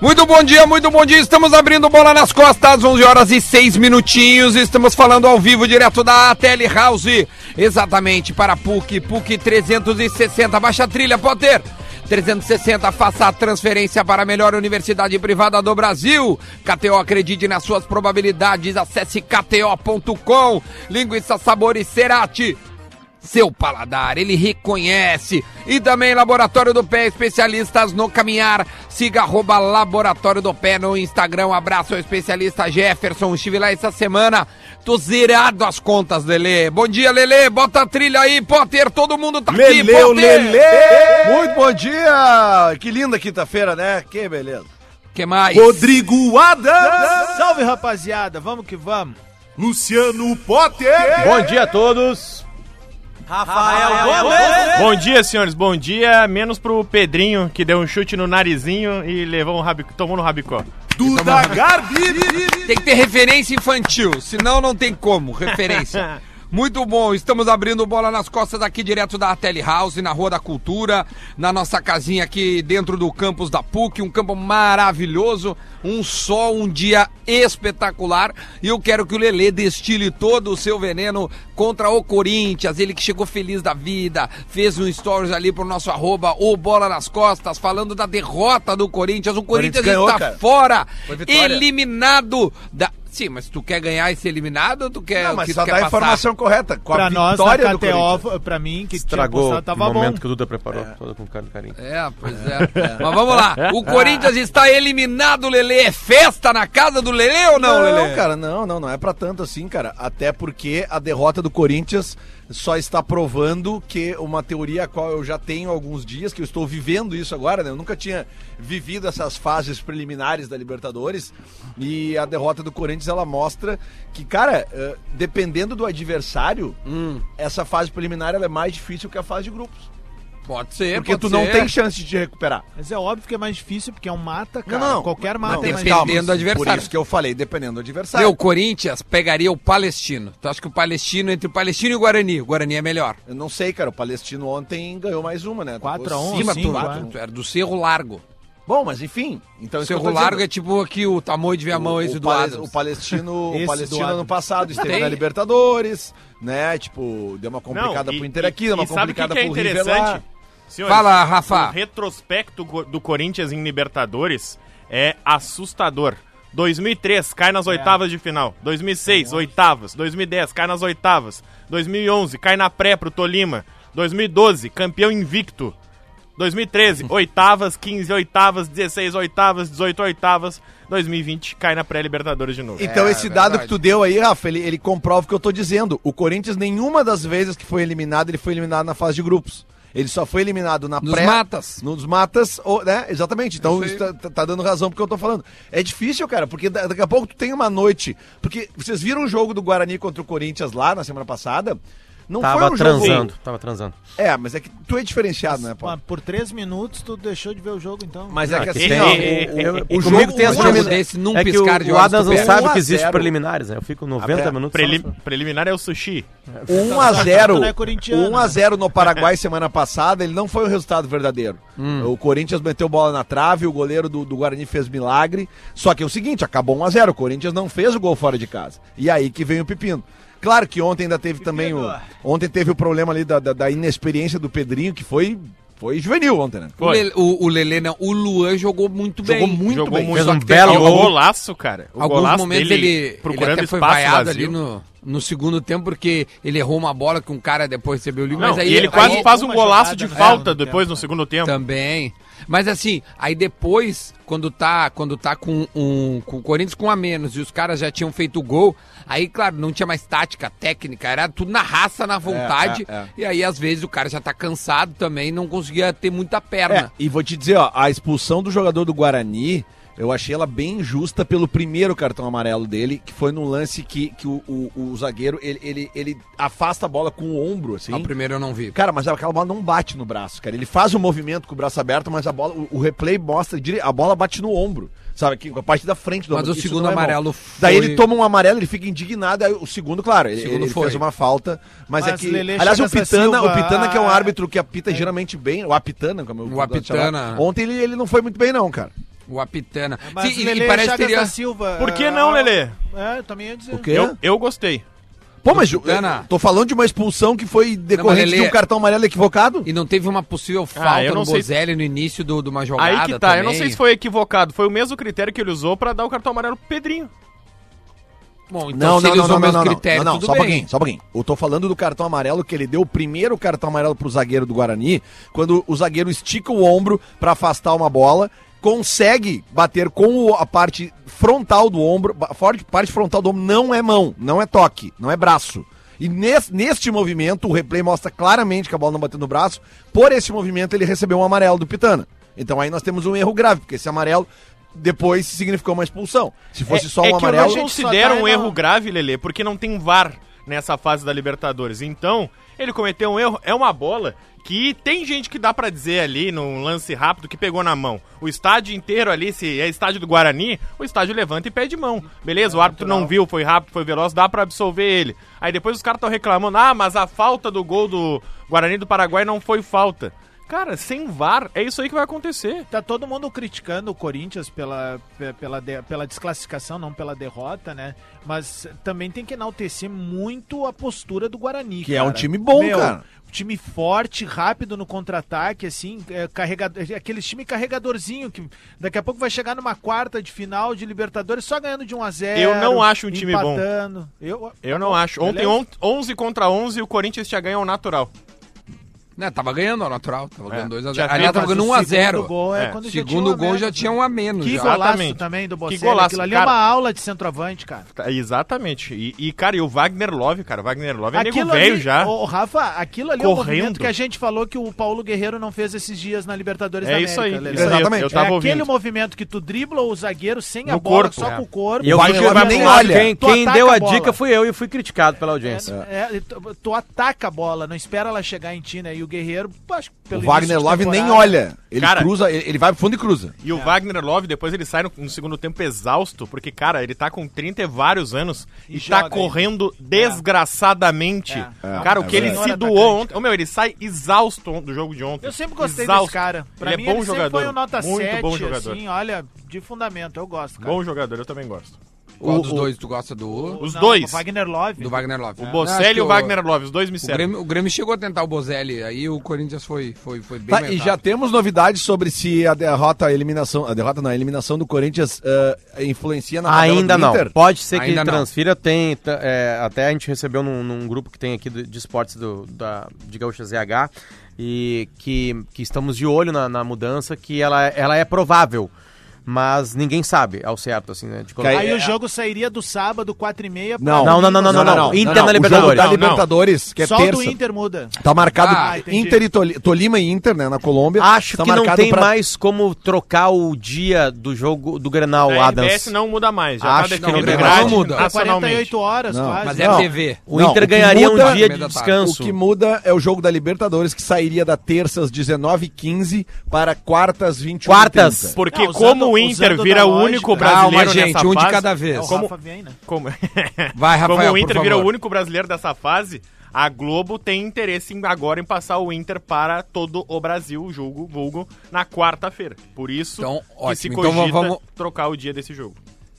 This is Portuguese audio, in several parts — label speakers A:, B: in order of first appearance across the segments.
A: Muito bom dia, muito bom dia. Estamos abrindo bola nas costas, 11 horas e 6 minutinhos. Estamos falando ao vivo direto da Tele House, exatamente para PUC, PUC 360. Baixa a trilha, Potter. 360, faça a transferência para a melhor universidade privada do Brasil. KTO, acredite nas suas probabilidades. Acesse kto.com. Linguiça Sabores Cerati seu paladar, ele reconhece. E também Laboratório do Pé, especialistas no caminhar. Siga arroba Laboratório do Pé no Instagram. Abraço ao especialista Jefferson. Estive lá essa semana. Tô zerado as contas, Lele. Bom dia, Lele. Bota a trilha aí, Potter. Todo mundo tá aqui,
B: Leleu,
A: Potter.
B: Lele!
C: Muito bom dia! Que linda quinta-feira, né? Que beleza.
A: que mais?
B: Rodrigo Adams!
C: Salve, rapaziada. Vamos que vamos.
B: Luciano Potter!
D: Bom dia a todos.
C: Rafael
E: É né?
C: Gomes.
D: Bom dia, senhores. Bom dia. Menos pro Pedrinho, que deu um chute no narizinho e levou um rabico, tomou no rabicó.
B: Duda Garbi!
A: Tem que ter referência infantil, senão não tem como. Referência. Muito bom, estamos abrindo bola nas costas aqui direto da Tele House, na Rua da Cultura, na nossa casinha aqui dentro do campus da PUC, um campo maravilhoso, um sol, um dia espetacular. E eu quero que o Lelê destile todo o seu veneno contra o Corinthians, ele que chegou feliz da vida, fez um stories ali pro nosso arroba, o Bola nas Costas, falando da derrota do Corinthians. O Corinthians,
C: Corinthians ganhou,
A: está
C: cara.
A: fora,
C: Foi vitória.
A: eliminado da. Sim, mas tu quer ganhar e ser eliminado ou tu quer.
C: Não,
A: É, o que
C: mas
A: tu
C: só
A: quer
C: dá a
A: passar?
C: informação correta. Com a
E: Pra nós, na
C: vitória do Corinthians.
E: KTO, pra mim, que
D: Tragou
E: tinha postado,
D: o
E: tava bom.
D: momento que o Duda preparou, todo com carinho. carinho.
A: É, pois é. Mas vamos lá. O Corinthians está eliminado, Lelê. É festa na casa do Lelê ou não,
C: Não,
A: Lelê?
C: cara, não, não, não é pra tanto assim, cara. Até porque a derrota do Corinthians só está provando que uma teoria a qual eu já tenho há alguns dias, que eu estou vivendo isso agora, né? Eu nunca tinha vivido essas fases preliminares da Libertadores. E a derrota do Corinthians, ela mostra que, cara, eh, dependendo do adversário,
A: Hum.
C: essa fase preliminar ela é mais difícil que a fase de grupos.
A: Pode ser,
C: Porque
A: É, pode
C: tu não
A: ser.
C: tem chance de te recuperar.
E: Mas é óbvio que é mais difícil, porque é um mata, cara.
C: Não, não.
E: Qualquer mata
C: Não,
E: é
C: mas
E: mais
A: dependendo
E: difícil.
A: do adversário.
C: Por isso que eu falei, dependendo do adversário.
A: Meu, o Corinthians pegaria o Palestino. Tu acha que o Palestino, entre o Palestino e o Guarani, o Guarani é melhor.
C: Eu não sei, cara. O Palestino ontem ganhou mais uma, né?
E: Quatro
C: Tocou
E: a um,
C: cima,
E: sim,
C: tu-
E: quatro.
A: Tu Era do Cerro Largo.
C: Bom, mas enfim. Então
A: O
C: isso que eu
A: Cerro
C: tô
A: Largo é
C: dizendo.
A: tipo aqui o tamanho de minha mão, esse
C: o,
A: do
C: Pales-
A: Adams.
C: o palestino,
E: Esse
C: o
E: do
C: palestino
E: Adams.
C: ano passado esteve
A: Tem.
C: na Libertadores, né? Tipo, deu uma complicada
D: e-
C: pro Inter
D: e-
C: aqui, deu uma
D: e sabe o que,
C: complicada
D: que é
C: pro River lá.
D: interessante? Senhores,
A: Fala, Rafa.
D: O retrospecto go- do Corinthians em Libertadores é assustador. 2003 cai nas oitavas de final. 2006, oitavas. 2010 cai nas oitavas. 2011 cai na pré pro Tolima. 2012 campeão invicto. 2013 oitavas, 15 oitavas, 16 oitavas, 18 oitavas. 2020 cai na pré-Libertadores de novo.
C: Então
A: É,
C: esse dado
A: verdade.
C: que tu deu aí, Rafa, ele, ele comprova o que eu tô dizendo. O Corinthians, nenhuma das vezes que foi eliminado, ele foi eliminado na fase de grupos. Ele só foi eliminado na
A: Nos
C: pré...
A: matas.
C: Nos matas, ou, né? Exatamente.
A: Isso
C: Então
A: aí.
C: isso tá, tá- tá dando razão porque eu tô falando. É difícil, cara, porque da- daqui a pouco tu tem uma noite. Porque vocês viram o jogo do Guarani contra o Corinthians lá na semana passada? Não
D: Tava
C: foi um
D: transando,
C: jogo.
D: tava transando.
C: É, mas é que tu é diferenciado, né, Paulo?
E: Mas por três minutos, tu deixou de ver o jogo, então.
C: Mas é que assim,
D: Ah, tem-
C: ó,
D: eu-
C: o, o, o
D: comigo
C: jogo
A: tem as
C: o
A: coisas
C: jogo-
A: desse num
F: é que
A: piscar
F: o,
A: de
F: o
A: olhos
F: Adams
A: tu
F: não
A: pega.
F: sabe
C: Um a
F: que existe
C: zero.
F: preliminares, né? Eu fico 90
C: Ah,
F: minutos.
D: Prelim-
F: só-
D: preliminar é o sushi.
C: Um a
E: Tu
C: zero
E: não é corintiano,
C: um a zero no Paraguai semana passada, ele não foi um resultado verdadeiro. O Corinthians meteu bola na trave, o goleiro do, do Guarani fez milagre. Só que é o seguinte, acabou 1 a 0 o Corinthians não fez o gol fora de casa. E aí que vem o pepino. Claro que ontem ainda teve também o. Ontem teve o problema ali da, da, da inexperiência do Pedrinho, que foi, foi juvenil ontem, né?
A: O Lele- O, o Lelê não. O Luan jogou muito
C: Jogou
A: bem.
C: muito
D: Jogou
C: bem.
D: muito.
F: Fez um
A: que tem
F: belo
D: E o
F: gol.
D: golaço, cara. O
A: alguns
D: golaço
A: momentos
D: dele
A: ele, ele
D: procurando
A: até foi
D: espaço
A: vaiado
D: vazio.
A: ali no, no segundo tempo, porque ele errou uma bola que um cara depois recebeu o livro,
D: Não,
A: mas aí
D: e ele
A: aí-
D: quase faz um
E: uma
D: golaço
E: jogada
D: de
E: no
D: falta
E: segundo tempo,
D: depois no
A: Então,
E: né?
D: segundo tempo.
A: Também. Mas assim, aí depois, quando tá, quando tá com, um, com o Corinthians com um a menos e os caras já tinham feito o gol, aí, claro, não tinha mais tática, técnica, era tudo na raça, na vontade.
C: é, é.
A: E aí, às vezes, o cara já tá cansado também, não conseguia ter muita
C: É,
A: perna.
C: e vou te dizer, ó, a expulsão do jogador do Guarani, eu achei ela bem justa pelo primeiro cartão amarelo dele, que foi no lance que, que o, o- o zagueiro, ele, ele, ele afasta a bola com o ombro,
D: É,
C: assim.
A: Ah, O primeiro eu não vi.
C: Cara, mas aquela bola não bate no braço, cara. Ele faz o movimento com o braço aberto, mas a bola, o, o replay mostra, dire- a bola bate no ombro, sabe? Que, com a parte da frente do
A: Mas o
C: ombro. Isso
A: segundo
C: não é mão.
A: amarelo
C: Daí
A: foi-
C: ele toma um amarelo, ele fica indignado. Aí o segundo, claro, ele,
A: Segundo
C: ele
A: foi.
C: fez uma falta. Mas, é
E: Mas
C: que.
E: Lelê
C: aliás, o
E: Chagas da
C: Pitana,
E: Silva,
C: o Pitana, que é um
E: ah,
C: árbitro que apita geralmente bem. O Apitana, como eu
A: O Apitana.
C: Ontem ele, ele não foi muito bem, não, cara.
A: O Apitana.
E: É, Mas
A: Sim, e-
E: Lele
A: e parece que
E: Chagas
A: teria.
E: da Silva.
D: Por que
E: é,
A: Então,
D: não, Lelê?
E: É, eu também ia dizer.
C: O quê?
D: Eu, eu gostei.
C: Pô, mas eu,
A: Dana.
C: tô falando de uma expulsão que foi decorrente
A: Lelê-
C: de um cartão amarelo equivocado.
A: E não teve uma possível falta
D: Ah, eu não
A: no
D: sei-
A: Bozelli no início do- de uma jogada.
D: Aí que tá, eu não
A: também.
D: sei se foi equivocado. Foi o mesmo critério que ele usou pra dar o cartão amarelo pro Pedrinho.
A: Bom, então se ele usou o mesmo critério, tudo
C: só um
A: bem.
C: pouquinho, só um pouquinho. Eu tô falando do cartão amarelo que ele deu o primeiro cartão amarelo pro zagueiro do Guarani, quando o zagueiro estica o ombro pra afastar uma bola, consegue bater com o- a parte frontal do ombro, ba- forte- parte frontal do ombro não é mão, não é toque, não é braço. E nes- neste movimento, o replay mostra claramente que a bola não bateu no braço. Por esse movimento, ele recebeu um amarelo do Pitana. Então aí nós temos um erro grave, porque esse amarelo depois significou uma expulsão. Se fosse
D: é,
C: só
D: é
C: um
D: que
C: amarelo.
D: eu não
E: gente só
D: considero
E: dá
D: um
E: na-
D: erro grave, Lelê, porque não tem VAR nessa fase da Libertadores. Então, ele cometeu um erro, é uma bola que tem gente que dá pra dizer ali num lance rápido que pegou na mão. O estádio inteiro ali, se é estádio do Guarani, o estádio levanta e pede mão. Beleza? o árbitro não viu, foi rápido, foi veloz, dá pra absolver ele. Aí depois os caras estão reclamando: "Ah, mas a falta do gol do Guarani do Paraguai não foi falta". Cara, sem VAR, é isso aí que vai acontecer.
E: Tá todo mundo criticando o Corinthians pela, pe- pela, de- pela desclassificação, não pela derrota, né? Mas também tem que enaltecer muito a postura do Guarani. um
C: Que é um time bom, cara.
E: Time forte, rápido no contra-ataque, assim, é, carregador, aquele time carregadorzinho que daqui a pouco vai chegar numa quarta de final de Libertadores só ganhando de 1 a 0
D: Eu não acho um time bom.
E: empatando. Eu,
D: Eu não acho. Ontem,
E: Beleza?
D: on- 11 contra 11, o Corinthians tinha ganho ao natural.
A: Né, tava ganhando ao natural, tava ganhando 2 a
D: É. Tinha
A: 0 Aliás,
D: feito,
A: tava
E: Mas
A: ganhando
E: o
A: 1 a
E: Segundo
A: 0
E: gol, é,
D: É.
E: quando já tinha um
A: Segundo
E: a
A: gol
E: menos,
A: já
E: né?
A: tinha um a menos.
E: Que
A: já.
E: golaço
D: Exatamente.
E: também do Bocelli.
D: golaço,
E: Aquilo ali é
D: cara.
E: uma aula de centroavante, cara.
D: Tá, Exatamente. E, e, cara, e o Wagner Love, cara, o Wagner Love é nego
E: ali-
D: velho já.
E: Ô, Rafa, aquilo ali é o
D: Correndo.
E: movimento que a gente falou que o Paulo Guerreiro não fez esses dias na Libertadores da
D: É isso aí.
E: América, Lelê.
D: isso aí, eu-
C: Exatamente.
D: Eu tava
E: é aquele
D: ouvindo.
E: movimento que tu dribla o zagueiro sem a
D: No
E: bola,
D: corpo,
E: só
D: é.
E: com o corpo.
F: E eu
C: Vai
F: fui-
C: que ela nem
F: quem-
C: olha.
F: Quem,
E: Tu
F: quem
E: ataca
F: deu a
E: a bola.
F: dica fui eu e fui criticado pela audiência.
E: É, tu, tu ataca a bola, não espera ela chegar em ti, né? E o Guerreiro, acho que
C: O
E: pelo início
C: Wagner
E: de
C: Love nem
E: temporada-
C: olha. Ele
D: Cara-
C: cruza, ele ele vai pro fundo e cruza.
D: E o Wagner Love, depois ele sai no, no segundo tempo exausto, porque, cara, ele tá com 30 e vários anos e,
E: E
D: tá
E: joga
D: correndo desgraçadamente.
E: É.
D: Cara,
E: É
D: o que ele
E: verdade.
D: se doou ontem. Ô, meu, ele sai exausto on- do jogo de ontem.
E: Eu sempre gostei
D: exausto.
E: desse cara. Pra
D: Ele é
E: mim,
D: bom
E: ele sempre
D: jogador.
E: foi um nota
D: Muito
E: 7,
D: bom jogador.
E: assim, olha, de fundamento, eu gosto, cara.
D: Bom jogador, eu também gosto.
A: Qual
C: O-
A: dos
C: o-
A: dois tu gosta do,
D: Os
E: Não,
D: dois.
E: o Wagner Love.
A: do Wagner Love?
D: O
A: É. Acho
D: Bocelli
A: que
D: e o Wagner Love, os dois me
A: O
D: servem.
A: Grêmio, o Grêmio chegou a tentar o Bozelli, aí o Corinthians foi, foi, foi bem
C: Tá, e
A: mental.
C: já temos novidades sobre se a derrota, a eliminação, a derrota não, a eliminação do Corinthians eh, influencia na tabela
F: Ainda
C: do
F: não.
C: Inter?
F: Pode ser que
A: Ainda
F: ele
A: não.
F: transfira. Tem, tá, é, até a gente recebeu num, num grupo que tem aqui do- de esportes do, da, de Gaúcha ZH e que, que estamos de olho na, na mudança, que ela, ela é provável, mas ninguém sabe ao certo, assim, né? de quando-
C: aí
E: Aí
C: é-
E: o jogo sairia do sábado, 4h30 pra...
C: Não.
F: Não, não, não, não, não, não, Inter na Libertadores.
C: O jogo da
D: Não, não.
C: Libertadores, que é
E: Só o do
C: terça.
E: Inter muda.
C: Tá marcado
A: Ah,
E: entendi.
C: Inter e Toli- Tolima e Inter, né, na Colômbia.
F: Acho
C: Tá
F: que não
C: marcado
F: tem
C: pra-
F: mais como trocar o dia do jogo do Grenal,
D: A RBS
F: é Adams.
D: não muda mais, já
F: Acho
D: tá
F: que não
D: definido
A: muda.
D: grade
A: Não muda.
E: Tá
D: nacionalmente.
E: 48 horas
C: Não,
E: quase.
A: Mas é
C: Não.
A: TV.
F: O
C: Não,
F: Inter
C: o que
F: ganharia
C: muda-
F: um dia de
A: Meia da tarde.
F: descanso.
C: O que muda é o jogo da Libertadores, que sairia da terça às 19h15 para quartas 21
F: Quartas.
D: Porque
E: Não, usando-
D: como o
E: usando
D: Inter
E: da
D: vira o
E: lógica-
D: único brasileiro
A: Calma, gente,
D: nessa
A: um
D: fase,
A: de cada
E: É, o
A: vez.
E: Rafa vem, né?
D: Como,
A: Vai,
D: como
A: Rafael,
D: o Inter
A: por
D: vira o
A: favor.
D: único brasileiro dessa fase, a Globo tem interesse em- agora em passar o Inter para todo o Brasil, jogo vulgo, na quarta-feira. Por isso
A: Então,
D: que se
A: ótimo.
D: cogita
A: Então, vamos- vamos-
D: trocar o dia desse jogo.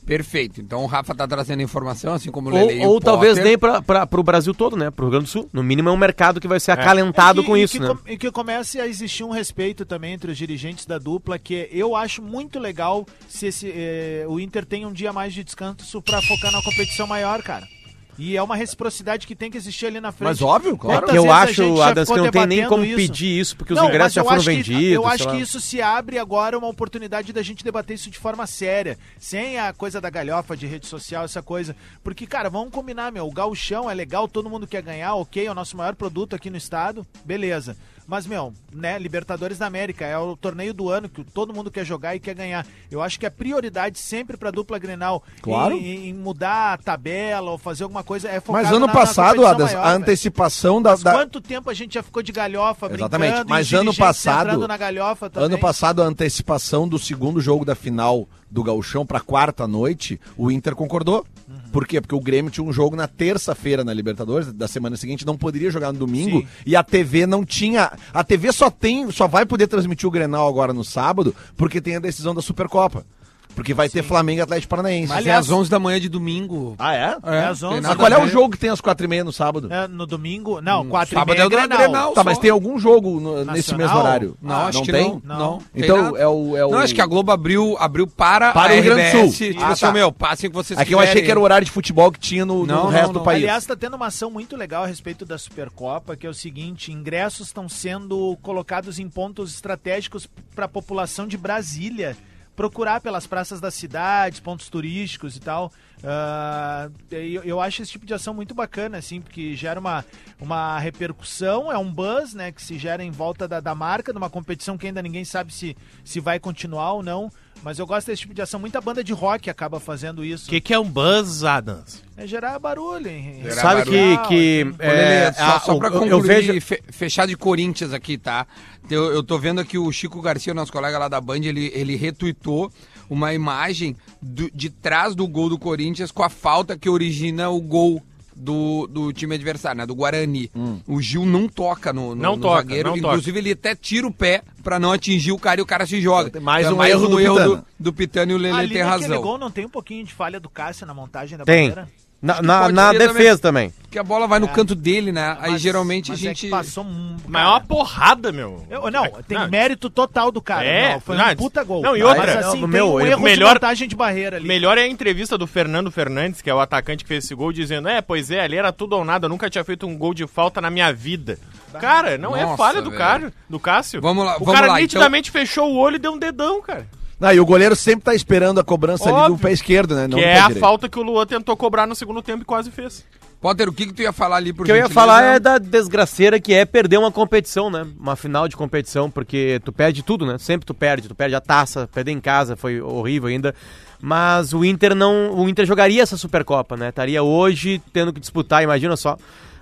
A: Perfeito. Então o Rafa tá trazendo informação, assim como o Lele e
F: Ou,
A: o
F: ou talvez
A: Potter.
F: nem pra, pra, pro Brasil todo, né? Pro Rio Grande do Sul. No mínimo é um mercado que vai ser acalentado
E: E que-
F: com
E: e
F: isso,
E: que
F: né?
E: com- e que comece a existir um respeito também entre os dirigentes da dupla, que eu acho muito legal se esse, eh, o Inter tem um dia mais de descanso pra focar na competição maior, cara. E é uma reciprocidade que tem que existir ali na frente.
C: Mas óbvio,
F: É
C: claro.
E: Quantas
F: que eu
E: vezes a
F: acho,
E: gente já
F: Adams, que
E: ficou
F: não tem nem como
E: debatendo isso?
F: pedir isso, porque os
E: Não,
F: ingressos
E: mas
F: já
E: eu
F: foram
E: acho que-
F: vendidos.
E: Eu
F: sei
E: acho
F: lá.
E: que isso se abre agora uma oportunidade da gente debater isso de forma séria, sem a coisa da galhofa de rede social, essa coisa. Porque, cara, vamos combinar, meu, o gauchão é legal, todo mundo quer ganhar, ok, é o nosso maior produto aqui no estado, beleza. Mas, meu, né, Libertadores da América é o torneio do ano que todo mundo quer jogar e quer ganhar. Eu acho que a prioridade sempre pra dupla Grenal
C: Claro.
E: em, em mudar a tabela ou fazer alguma coisa é focado
C: Mas ano
E: na- na
C: passado,
E: competição
C: Adas,
E: maior,
C: a
E: velho.
C: antecipação da, da-
E: Quanto tempo a gente já ficou de galhofa
C: Exatamente,
E: brincando, e
C: mas
E: os
C: ano
E: dirigentes
C: passado-
E: entrando na galhofa também.
C: Ano passado, a antecipação do segundo jogo da final do Gauchão para quarta noite, o Inter concordou. Por quê? Porque o Grêmio tinha um jogo na terça-feira na Libertadores, da semana seguinte, não poderia jogar no domingo e a TV não tinha. A TV só tem, só vai poder transmitir o Grenal agora no sábado, porque tem a decisão da Supercopa. Porque vai ter Flamengo e Atlético Paranaense.
A: Mas é às 11 da manhã de domingo.
C: Ah, é?
E: É às
A: tem
E: 11.
C: Mas
A: nada
C: qual é
A: a
C: o
A: ver.
C: jogo que tem às quatro e meia no sábado?
E: É, no domingo? Não,
A: No
E: 4 e
A: sábado
E: meia
A: é o Grenal.
E: Grenal.
C: Tá,
A: só.
C: mas tem algum jogo no- nesse mesmo horário? Ah,
A: Não, acho que não.
E: Não.
A: Tem
C: Então
A: nada.
C: é o, é o.
A: Não, acho que a Globo abriu, abriu para,
C: Para
A: a
C: o Rio Grande do
A: RBS,
C: Sul.
A: Tipo
C: Ah,
A: assim,
C: tá.
A: meu, passem o que vocês
C: É que eu achei
A: quiserem.
C: que era o horário de futebol que tinha no, no
A: Não, não,
C: resto do
A: não.
C: país.
E: Aliás, está tendo uma ação muito legal a respeito da Supercopa, que é o seguinte: ingressos estão sendo colocados em pontos estratégicos para a população de Brasília procurar pelas praças da cidade, pontos turísticos e tal. Ah, eu, eu acho esse tipo de ação muito bacana, assim, porque gera uma, uma repercussão, é um buzz, né, que se gera em volta da, da marca, numa competição que ainda ninguém sabe se, se vai continuar ou não. Mas eu gosto desse tipo de ação. Muita banda de rock acaba fazendo isso.
D: O que, que é um buzz, Adams?
E: É gerar barulho, hein?
A: Gerar
F: Sabe que,
E: barulho.
F: que
A: Ô, Lelê,
F: é,
A: só,
F: a-
A: só
F: o-
A: pra
F: eu-
A: concluir,
F: eu vejo
A: fe- fechar de Corinthians aqui, tá? Eu, eu tô vendo aqui o Chico Garcia, nosso colega lá da Band, ele, ele retuitou uma imagem do- de trás do gol do Corinthians com a falta que origina o gol. Do, do time adversário, né? Do Guarani. O Gil não toca no, no,
D: Não
A: no
D: toca,
A: zagueiro.
D: não toca.
A: inclusive, ele até tira o pé pra não atingir o cara e o cara se joga.
C: Então, mais
A: Então,
C: um erro do Pitana.
A: do, do Pitano e o Lelê
E: Ali
A: tem
E: naquele
A: razão.
E: gol não tem um pouquinho de falha do Cássio na montagem da
F: Tem.
E: bandeira?
F: Na,
A: que
F: na-
A: pode
F: na
A: ser também.
F: defesa também.
A: Porque a bola vai no canto dele, né? Aí
E: É. Mas-
A: geralmente
E: mas
A: a
E: é
A: gente.
E: que passou um...
D: Mas é uma porrada, meu.
E: Eu- não, tem
D: Não,
E: mérito total do cara.
D: É,
E: não, foi
D: não,
E: um puta gol.
D: não, e
E: Mas,
D: outra-
E: assim,
F: Não,
E: tem
F: meu,
E: um
F: eu-
E: erro
D: melhor-
E: de montagem de barreira ali.
D: Melhor é a entrevista do Fernando Fernandes, que é o atacante que fez esse gol, dizendo: É, pois é, ali era tudo ou nada, eu nunca tinha feito um gol de falta na minha vida. Cara, não é
A: Nossa,
D: falha do
A: velho.
D: cara, do Cássio.
A: Vamos lá,
D: o
A: vamos
D: cara
A: lá, então.
D: nitidamente fechou o olho e deu um dedão, cara.
C: Não, e o goleiro sempre tá esperando a cobrança ali do
D: Óbvio.
C: pé esquerdo, né? Não
D: que
C: do
D: é
C: pé
D: a
C: direito.
D: falta que o Luan tentou cobrar no segundo tempo e quase fez.
A: Potter, o que, que tu ia falar ali
F: O
A: por
F: que eu ia
A: gentileza?
F: falar é da desgraceira que é perder uma competição, né? Uma final de competição, porque tu perde tudo, né? Sempre tu perde, tu perde a taça, perder em casa, foi horrível ainda. Mas o Inter não. O Inter jogaria essa Supercopa, né? Estaria hoje tendo que disputar, imagina só.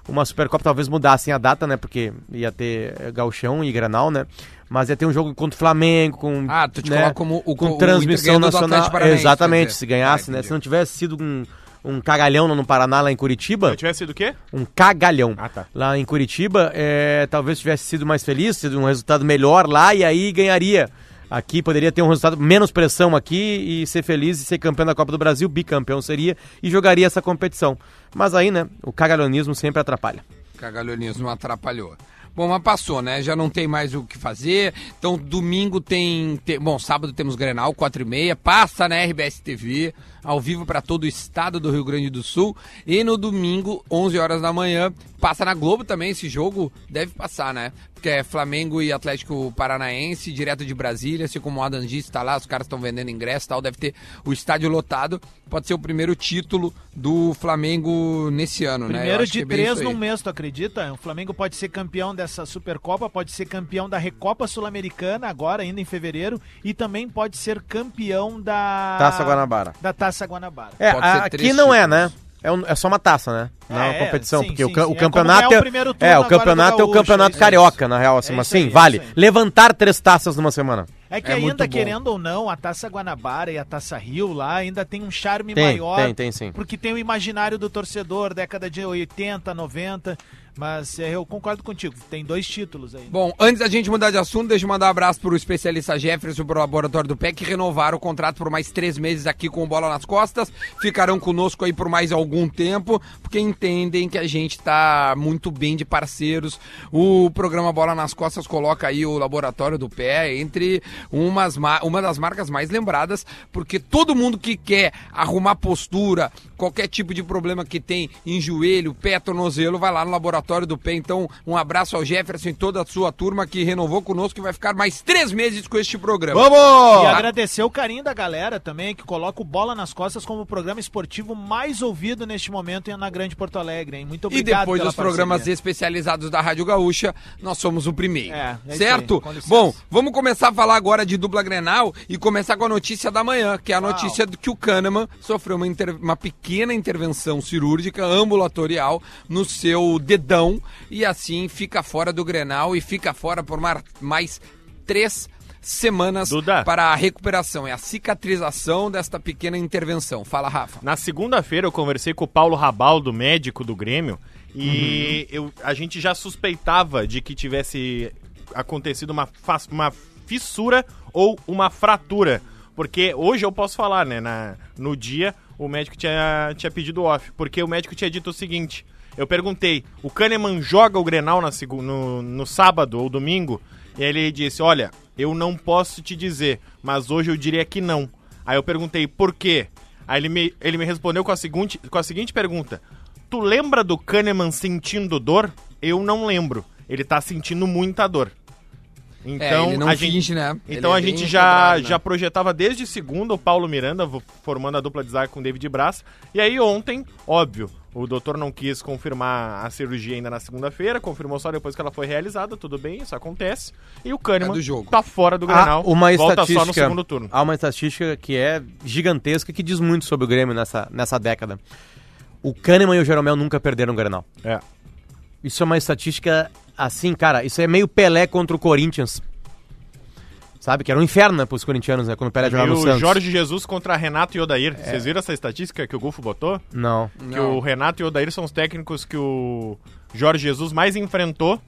F: Uma Supercopa talvez mudassem a data, né? Porque ia ter eh, Gauchão e Granal, né? Mas ia ter um jogo contra o Flamengo, com.
A: Ah, tu te
F: né?
A: coloca como o- o- o
F: com
A: Inter
F: transmissão
A: ganhando do
F: nacional.
A: Atlético Paranaense, quer
F: Exatamente,
A: dizer.
F: se ganhasse,
A: Ah,
F: né?
A: entendi.
F: Se não tivesse sido um, um cagalhão no Paraná, lá em Curitiba
D: Se tivesse sido o quê?
F: um cagalhão
D: Ah, tá.
F: lá em Curitiba, é, talvez tivesse sido mais feliz, sido um resultado melhor lá e aí ganharia. Aqui poderia ter um resultado menos pressão aqui e ser feliz e ser campeão da Copa do Brasil, bicampeão seria e jogaria essa competição. Mas aí, né, o cagalhonismo sempre atrapalha.
A: Cagalhonismo atrapalhou. Bom, mas passou, né? Já não tem mais o que fazer. Então, domingo tem. te- Bom, sábado temos Grenal, 4 e meia. Passa na RBS TV, ao vivo para todo o estado do Rio Grande do Sul. E no domingo, 11 horas da manhã, passa na Globo também esse jogo. Deve passar, né? Porque é Flamengo e Atlético Paranaense, direto de Brasília. Assim como o Adam disse, tá lá, os caras estão vendendo ingresso e tal. Deve ter o estádio lotado. Pode ser o primeiro título do Flamengo nesse ano, né? Eu
E: Primeiro
A: acho que
E: de
A: é bem
E: três
A: isso aí.
E: num mês, tu acredita? O Flamengo pode ser campeão dessa Supercopa, pode ser campeão da Recopa Sul-Americana agora, ainda em fevereiro, e também pode ser campeão da...
F: Taça Guanabara.
E: Da Taça Guanabara.
F: É,
A: Pode ser
F: a- aqui
A: três
F: não é, né?
A: títulos.
F: É, um- é só uma taça, né? Não é
E: É,
F: uma
E: é,
F: competição,
E: sim,
F: porque
E: sim,
F: o, ca-
E: sim.
F: o
E: É
F: campeonato
E: como é
F: é,
E: o primeiro turno
F: é, o
E: agora do
F: campeonato é o
E: Gaúcho,
F: campeonato
E: é isso.
F: carioca, na real, assim,
E: É
F: mas
E: isso aí,
F: sim,
E: é
F: vale.
E: isso aí.
F: Levantar três taças numa semana.
E: É que
A: É muito
E: ainda,
A: bom.
E: querendo ou não, a Taça Guanabara e a Taça Rio lá ainda tem um charme
F: Tem,
E: maior.
F: tem, tem sim.
E: Porque tem o imaginário do torcedor, década de 80, 90. Mas é, eu concordo contigo, tem dois títulos aí.
A: Bom, antes da gente mudar de assunto, deixa eu mandar um abraço pro especialista Jefferson, pro laboratório do PEC, que renovaram o contrato por mais três meses aqui com o Bola nas Costas. Ficarão conosco aí por mais algum tempo, porque entendem que a gente tá muito bem de parceiros. O programa Bola nas Costas coloca aí o laboratório do pé entre umas, ma- uma das marcas mais lembradas, porque todo mundo que quer arrumar postura, qualquer tipo de problema que tem em joelho, pé, tornozelo, vai lá no laboratório do pé. Então, um abraço ao Jefferson e toda a sua turma que renovou conosco e vai ficar mais três meses com este programa.
E: E
C: Vamos!
E: agradecer o carinho da galera também, que coloca o Bola nas Costas como o programa esportivo mais ouvido neste momento na Grande Porto Alegre. Hein? Muito
A: E
E: obrigado
A: depois
E: pela
A: dos programas
E: parceria.
A: especializados da Rádio Gaúcha, nós somos o primeiro.
E: É, é isso aí,
A: certo?
E: com licença.
A: Bom, vamos começar a falar agora de dupla Grenal e começar com a notícia da manhã, que é a
E: Uau.
A: notícia do que o Kahneman sofreu uma, inter- uma pequena intervenção cirúrgica ambulatorial no seu dedão e assim fica fora do Grenal e fica fora por mar- mais três semanas
D: Duda.
A: para a recuperação. É a cicatrização desta pequena intervenção. Fala, Rafa.
D: Na segunda-feira eu conversei com o Paulo Rabaldo, médico do Grêmio, e eu, a gente já suspeitava de que tivesse acontecido uma, fas- uma fissura ou uma fratura. Porque hoje eu posso falar, né? na- no dia o médico tinha, tinha pedido off, porque o médico tinha dito o seguinte: eu perguntei, o Kahneman joga o Grenal na segu- no, no sábado ou domingo? E ele disse: Olha, eu não posso te dizer, mas hoje eu diria que não. Aí eu perguntei, por quê? Aí ele me, ele me respondeu com a, seguinte, com a seguinte pergunta: Tu lembra do Kahneman sentindo dor? Eu não lembro. Ele tá sentindo muita dor. Então,
A: É, ele não
D: a gente,
A: finge, né?
D: Então
A: Ele é
D: a gente
A: bem
D: já,
A: quadrado, né?
D: já projetava desde segunda o Paulo Miranda vo- formando a dupla de zaga com o David Braz. E aí ontem, óbvio, o doutor não quis confirmar a cirurgia ainda na segunda-feira, confirmou só depois que ela foi realizada, tudo bem, isso acontece. E o Kahneman
A: É do jogo.
D: tá fora do
F: Há
D: Granal,
F: Ah, uma
D: volta
F: estatística,
D: só no segundo turno.
F: Há uma estatística que é gigantesca que diz muito sobre o Grêmio nessa, nessa década. O Kahneman e o Jeromel nunca perderam o Grenal.
D: É.
F: Isso é uma estatística assim, cara, isso é meio Pelé contra o Corinthians. Sabe? Que era um inferno né, pros corintianos, né? Quando o Pelé
D: E
F: jogava no
D: o
F: Santos.
D: Jorge Jesus contra Renato e Odair. Vocês viram essa estatística que o Gufo botou?
F: Não.
D: Que o Renato e o Odair são os técnicos que o Jorge Jesus mais enfrentou.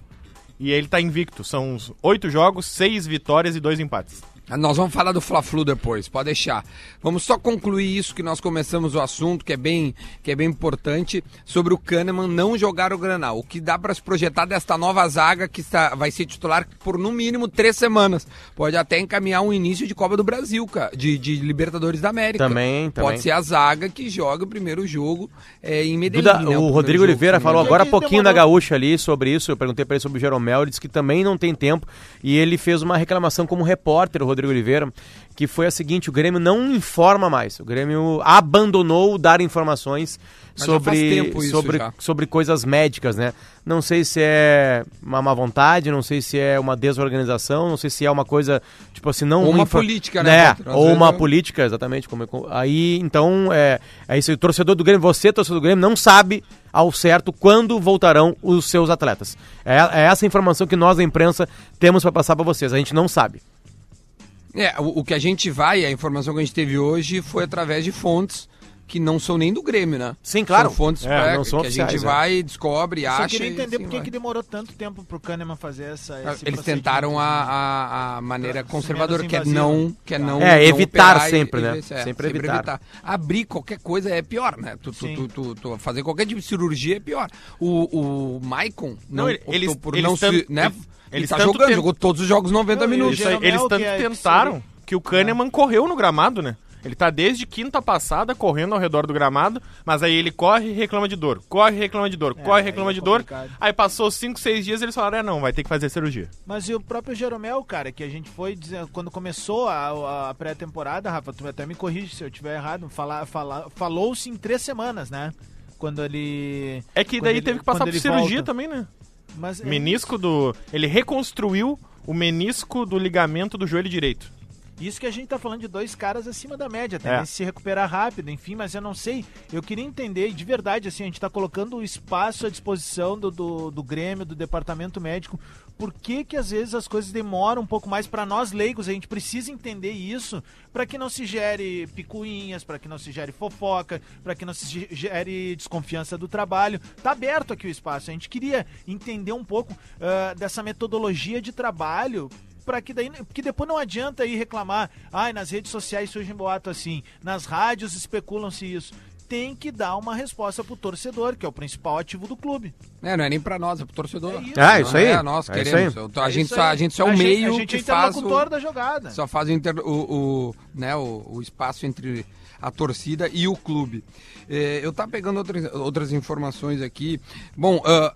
D: E ele tá invicto. São uns oito jogos, seis vitórias e dois empates.
A: Ah, Nós vamos falar do Fla-Flu depois, pode deixar. Vamos só concluir isso que nós começamos o assunto, que é bem, que é bem importante, sobre o Kahneman não jogar o Granal. O que dá para se projetar desta nova zaga que está, vai ser titular por no mínimo três semanas. Pode até encaminhar um início de Copa do Brasil, cara, de, de Libertadores da América.
F: Também, também.
A: Pode ser a zaga que joga o primeiro jogo é, em Medellín.
F: Duda,
A: né,
F: o
A: primeiro
F: Rodrigo
A: jogo,
F: Oliveira
A: se não me
F: falou
A: engano.
F: agora há
E: Que
F: pouquinho da
E: demorou.
F: Gaúcha ali sobre isso. Eu perguntei pra ele sobre o Jeromel, ele disse que também não tem tempo. E ele fez uma reclamação como repórter, o Rodrigo Oliveira, que foi a seguinte: o Grêmio não informa mais. O Grêmio abandonou dar informações
A: Mas já
F: sobre,
A: faz tempo isso
F: sobre,
A: já.
F: sobre coisas médicas, né? Não sei se é uma má vontade, não sei se é uma desorganização, não sei se é uma coisa, tipo assim, não.
A: Ou uma
F: infor-
A: política, né, Potter? Às
F: Ou
A: vezes é-
F: uma política política, exatamente. Como, como- aí, então, é, é isso. aí. O torcedor do Grêmio, você, torcedor do Grêmio, não sabe ao certo quando voltarão os seus atletas. É, é essa informação que nós, da imprensa, temos para passar para vocês. A gente não sabe.
A: É, o, o que a gente vai, a informação que a gente teve hoje foi através de fontes que não são nem do Grêmio, né?
F: Sim, claro.
A: São fontes
F: É,
A: pra-
F: não são
A: que a
F: oficiais,
A: gente
F: é.
A: vai, descobre,
E: Eu
A: acha.
E: só queria
A: e
E: entender
A: assim
E: por que
A: vai. Ah,
E: que demorou tanto tempo pro Kahneman fazer essa. esse
A: Eles tentaram a,
E: procedimento, né?
A: a- a maneira
E: Menos
A: conservadora, que é
E: invasiva.
A: não, que é não.
F: É,
A: não
F: evitar
A: operar
F: sempre, né?
A: é,
F: Sempre evitar.
A: Abrir qualquer coisa é pior, né? Tu, tu,
E: Sim.
A: tu- tu- tu- fazer qualquer tipo de cirurgia é pior. O, o Maicon não,
D: Não, ele-
A: optou
D: eles-
A: por
D: eles
A: não se.
D: tanto-
A: Né?
D: eles-
A: Ele
D: eles
A: tá
D: tanto
A: jogando,
D: tem-
A: jogou todos os jogos 90
E: Não, e o
A: minutos.
D: Isso aí,
E: Jeromel,
D: eles tanto
E: que é-
D: tentaram que o Kahneman correu no gramado, né? Ele tá desde quinta passada correndo ao redor do gramado, mas aí ele corre e reclama de dor, corre e reclama de dor, corre e reclama
E: aí é
D: de dor.
E: complicado.
D: Aí passou 5, 6 dias eles falaram: é, não, vai ter que fazer cirurgia.
E: Mas e o próprio Jeromel, cara, que a gente foi dizendo, quando começou a, a pré-temporada, Rafa, tu até me corrige se eu estiver errado, fala, fala, falou-se em três semanas, né? Quando ele.
D: É que
E: Quando
D: daí
E: ele-
D: teve que passar
E: quando
D: por
E: ele
D: cirurgia
E: volta.
D: também, né?
E: Mas, é,
D: Menisco do. Ele reconstruiu o menisco do ligamento do joelho direito.
E: Isso que a gente tá falando de dois caras acima da média, até
D: É.
E: se recuperar rápido, enfim, mas eu não sei. Eu queria entender, e de verdade, assim, a gente tá colocando o espaço à disposição do, do, do Grêmio, do departamento médico. Por que que às vezes as coisas demoram um pouco mais para nós leigos? A gente precisa entender isso para que não se gere picuinhas, para que não se gere fofoca, para que não se ge- gere desconfiança do trabalho. Tá aberto aqui o espaço. A gente queria entender um pouco ah, dessa metodologia de trabalho para que daí, porque depois não adianta aí reclamar, ai, nas redes sociais surge um boato assim, nas rádios especulam-se isso. Tem que dar uma resposta pro torcedor, que é o principal ativo do clube.
A: É, não é nem pra nós, é pro torcedor.
E: É isso.
F: É, isso
A: Não
F: aí.
A: É, nós
F: É isso
A: queremos.
F: aí.
A: A,
E: É
A: gente
E: isso
A: só,
E: aí.
A: a gente só é o
E: gente-
A: meio
E: a gente é
A: que faz o,
E: interlocutor da jogada.
A: só faz o, inter- o- o, né, o, o espaço entre a torcida e o clube. Eh, eu tava pegando outras, outras informações aqui. Bom, ah,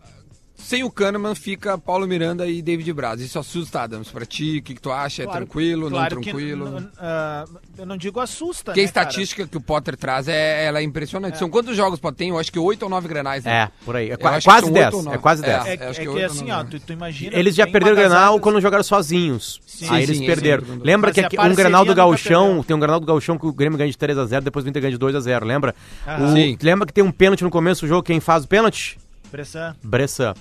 A: sem o Kahneman fica Paulo Miranda e David Braz. Isso assusta, Adams, pra ti? O que, que tu acha? é
E: Claro-
A: tranquilo,
E: claro
A: não
E: que
A: tranquilo?
E: n- n- ah, eu não digo assusta,
A: Porque a
E: né, cara?
A: estatística que o Potter traz é, ela é impressionante. São quantos jogos, Potter? Tem, eu acho que oito ou nove grenais, né?
F: É, por aí. É,
A: Eu
F: qua-
A: acho que
F: quase
A: são
F: 10.
A: oito ou nove.
F: É quase
A: É.
F: 10.
E: É,
A: acho
E: é
A: que
E: que
A: oito,
E: assim,
A: não,
E: ó,
A: né?
E: tu, tu imagina...
F: Eles já
E: bem
F: perderam o Grenal
E: agasalhados.
F: quando jogaram sozinhos.
E: Sim,
F: aí eles
A: sim, é
F: perderam.
A: sim.
F: Lembra
E: Mas
F: que
E: a
F: aqui- um
E: parceria
F: Grenal do
E: nunca
F: Galchão,
E: perdeu.
F: tem um Grenal do Galchão que o Grêmio ganha de 3 a 0, depois o Inter ganha de 2 a 0, lembra?
E: Aham.
F: O-
A: Ah, Sim.
F: lembra que tem um pênalti no começo do jogo, quem faz o pênalti?
E: Bressan.
F: Bressan.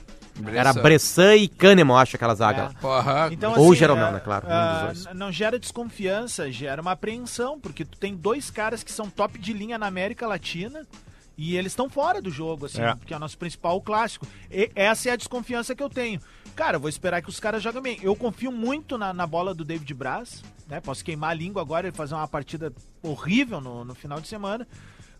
F: Era Bressan e Kahneman, eu acho, aquela zaga.
A: É. Porra.
E: Então,
F: Ou
E: assim,
F: Jeromel,
E: é,
F: né, claro, um
E: ah,
F: dos dois.
E: n- não gera desconfiança, gera uma apreensão, porque tu tem dois caras que são top de linha na América Latina e eles estão fora do jogo, assim,
D: É.
E: porque é o nosso principal clássico. E essa é a desconfiança que eu tenho. Cara, eu vou esperar que os caras joguem bem. Eu confio muito na, na bola do David Braz, né? Posso queimar a língua agora e fazer uma partida horrível no, no final de semana.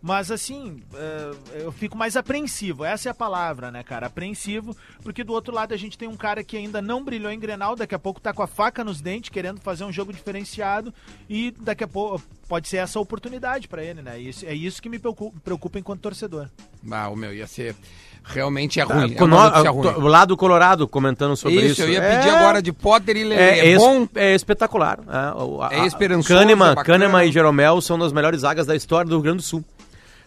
E: Mas assim, eh, eu fico mais apreensivo, essa é a palavra, né, cara? Apreensivo, porque do outro lado a gente tem um cara que ainda não brilhou em Grenal, daqui a pouco tá com a faca nos dentes, querendo fazer um jogo diferenciado, e daqui a pouco pode ser essa a oportunidade pra ele, né? Isso, é isso que me preocu- preocupa enquanto torcedor.
A: Ah, o meu, ia ser. Realmente é ruim. é
F: Cono-
A: uma notícia
F: ah,
A: ruim.
F: to- lá do Colorado comentando sobre
A: isso,
F: isso.
A: eu ia
F: É-
A: pedir agora de Potter e Lelê. É,
F: É, é, es-
A: bom.
F: é espetacular. né? O- a-
A: É esperançoso, é
F: Kahneman,
A: bacana.
F: Kahneman e Jeromel são das melhores zagas da história do Rio Grande do Sul.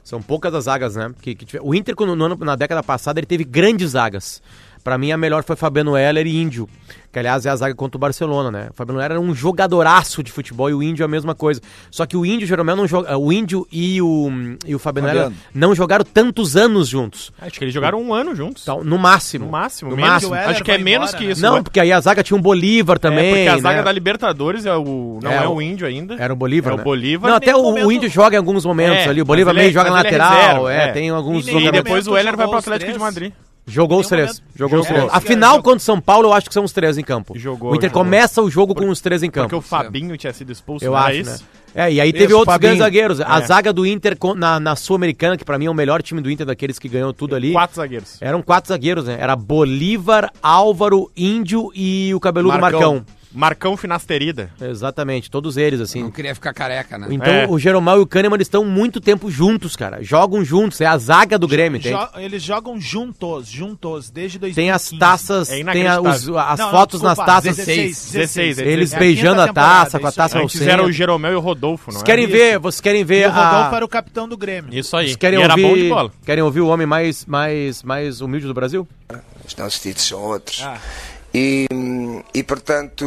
F: São poucas as zagas, né? Que, que tiver- O Inter, quando- no ano- na década passada, ele teve grandes zagas. Pra mim, a melhor foi Fabiano Heller e Índio, que, aliás, é a zaga contra o Barcelona, né? O Fabiano Heller era um jogadoraço de futebol e o Índio é a mesma coisa. Só que o Índio, Jeromel, não joga... O Índio e o, e o Fabiano, Heller
C: Fabiano.
F: não jogaram tantos anos juntos.
D: Acho que eles jogaram um ano juntos.
F: Então, no máximo.
D: No máximo,
F: No
D: menos-
F: máximo.
E: o Heller
D: acho que é
E: foi
D: menos
E: embora,
D: que
E: né?
D: isso.
F: Não,
D: né?
F: porque aí a zaga tinha um Bolívar também,
D: é, porque a zaga
F: né?
D: da Libertadores é o, não
F: É,
D: é,
F: o-
D: o índio ainda.
F: Era o Bolívar,
D: É
F: né?
D: o Bolívar.
F: Não, até
E: nenhum
F: o, o
E: momento-
F: Índio joga em alguns momentos
D: É,
F: ali. O
D: mas
F: Bolívar
D: ele é-
F: meio joga na
D: mas ele é
F: lateral.
D: reserva,
F: é,
D: é.
F: tem alguns
E: E
D: E um
E: nenhum
F: momentos.
D: depois
E: momento
D: o Heller vai
E: jogou
D: pro
E: os
D: Atlético de
E: três.
D: Madrid.
F: Jogou os
E: nenhum
F: três.
E: momento-
F: Jogou os
E: É,
F: três.
E: jogou-
F: A final
E: jogou-
F: contra o São Paulo, eu acho que são os três em campo.
D: Jogou,
F: o Inter
D: jogou.
F: começa o jogo com os três em
D: Porque
F: campo.
D: o Fabinho tinha sido expulso,
F: Eu
D: não era
F: acho, né?
D: isso?
F: É, e aí teve
C: Isso,
F: outros
C: Fabinho.
F: grandes zagueiros. A
D: É.
F: zaga do Inter co- na, na Sul-Americana, que pra mim é o melhor time do Inter daqueles que ganhou tudo ali.
D: Quatro zagueiros.
F: Eram quatro zagueiros, né? Era Bolívar, Álvaro, Índio e o cabeludo
C: Marcão.
F: Marcão.
D: Marcão Finasterida.
F: Exatamente, todos eles, assim.
A: Não queria ficar careca, né?
F: Então
D: É.
F: o Jeromal e o Kahneman eles estão muito tempo juntos, cara. Jogam juntos, é a zaga do Grêmio, tem.
E: Jo- eles jogam juntos, juntos, desde 2015.
F: Tem as taças,
D: É
F: tem a- os-
D: inacreditável.
F: as
E: Não, não,
F: fotos nas
E: desculpa,
F: taças.
E: 16, 16,
F: Eles
E: é a
F: beijando
E: quinta
F: a taça,
E: temporada,
F: com a
E: isso é.
F: taça ao
D: Antes era
F: centro.
D: o Jeromel e o Rodolfo, não
F: Vocês
D: é?
F: querem ver, vocês querem
E: E
F: ver
E: o Rodolfo
F: a...
E: era o capitão do Grêmio.
D: Isso aí.
F: Vocês querem
D: e era
F: ouvir,
D: bom de bola.
F: querem ouvir o homem mais, mais, mais humilde do Brasil?
G: os nossos títulos são outros. E, hum, e, portanto,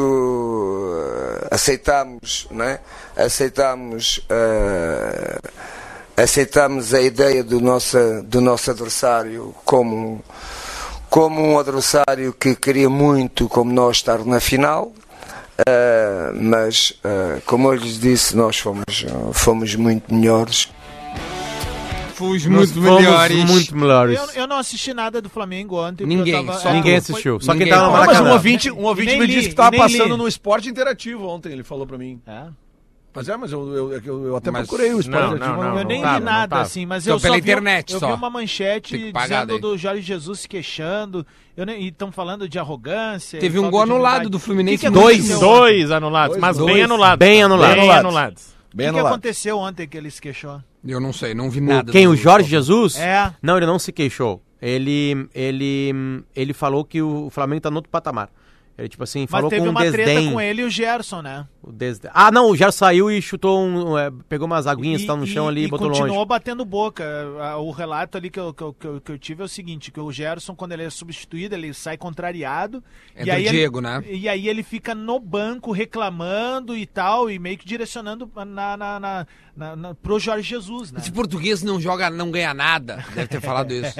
G: aceitámos, não é? Aceitámos, eh, aceitámos a ideia do nosso, do nosso adversário como, como um adversário que queria muito, como nós, estar na final. Eh, mas, eh, como eu lhes disse, nós fomos, fomos muito melhores.
A: Fomos
F: Nós
A: muito
F: fomos
A: melhores.
F: muito melhores.
E: Eu, eu não assisti nada do Flamengo ontem. porque
A: Ninguém,
E: eu tava-
A: só
E: é,
F: Ninguém
E: foi-
F: assistiu, só quem
A: Ninguém.
F: tava no
A: Não,
C: mas um
F: Maracanã.
C: ouvinte, um ouvinte
E: nem
C: me
E: li,
C: disse que tava
E: nem
C: passando
E: li.
C: no esporte interativo ontem, ele falou pra mim.
E: É.
C: Mas é, mas eu, eu, eu- eu até
A: Mas-
C: procurei o esporte
D: não,
C: interativo.
D: não,
C: mas
D: não.
E: Tipo, Eu nem
D: tava,
E: vi
D: não
E: nada,
D: tava.
E: assim, mas
A: Então,
E: eu só
A: pela
E: vi,
A: internet
E: eu
A: só.
E: vi uma
A: Tem que
E: manchete
A: pagar
E: dizendo
A: daí.
E: do Jorge Jesus se queixando, eu nem- e estão falando de arrogância.
A: Teve
E: e
A: um
E: falta
A: gol
E: de
A: anulado
E: humildade.
A: do Fluminense,
E: O que que
A: dois.
E: aconteceu ontem?
D: Dois anulados,
C: Dois,
D: mas
C: dois.
D: bem anulados.
F: Bem anulados.
D: Bem anulados.
C: Bem
E: O que que,
C: anulado.
E: aconteceu ontem que ele se queixou?
A: Eu não sei, não vi nada.
F: Quem?
A: do-
F: O Jorge Jesus?
E: É.
F: Não, ele não se queixou. Ele, ele, ele falou que o Flamengo tá no outro patamar. Ele, tipo assim,
E: Mas
F: falou
E: teve
F: com
E: uma
F: desdém.
E: treta com ele e o Gerson, né?
F: O desde- Ah, não, o Jair saiu e chutou um. é, pegou umas aguinhas que
E: E-
F: estavam no
E: e-
F: chão ali e,
E: e
F: botou
E: continuou
F: longe.
E: batendo boca. Ah, O relato ali que eu, que, eu, que eu- que eu tive é o seguinte, que o Gerson, quando ele é substituído, ele sai contrariado.
A: Entra
E: e aí
A: o Diego,
E: ele,
A: né?
E: E aí ele fica no banco reclamando e tal, e meio que direcionando na, na, na, na- na- pro Jorge Jesus, né?
A: Esse português não joga, não ganha nada. Deve ter falado isso.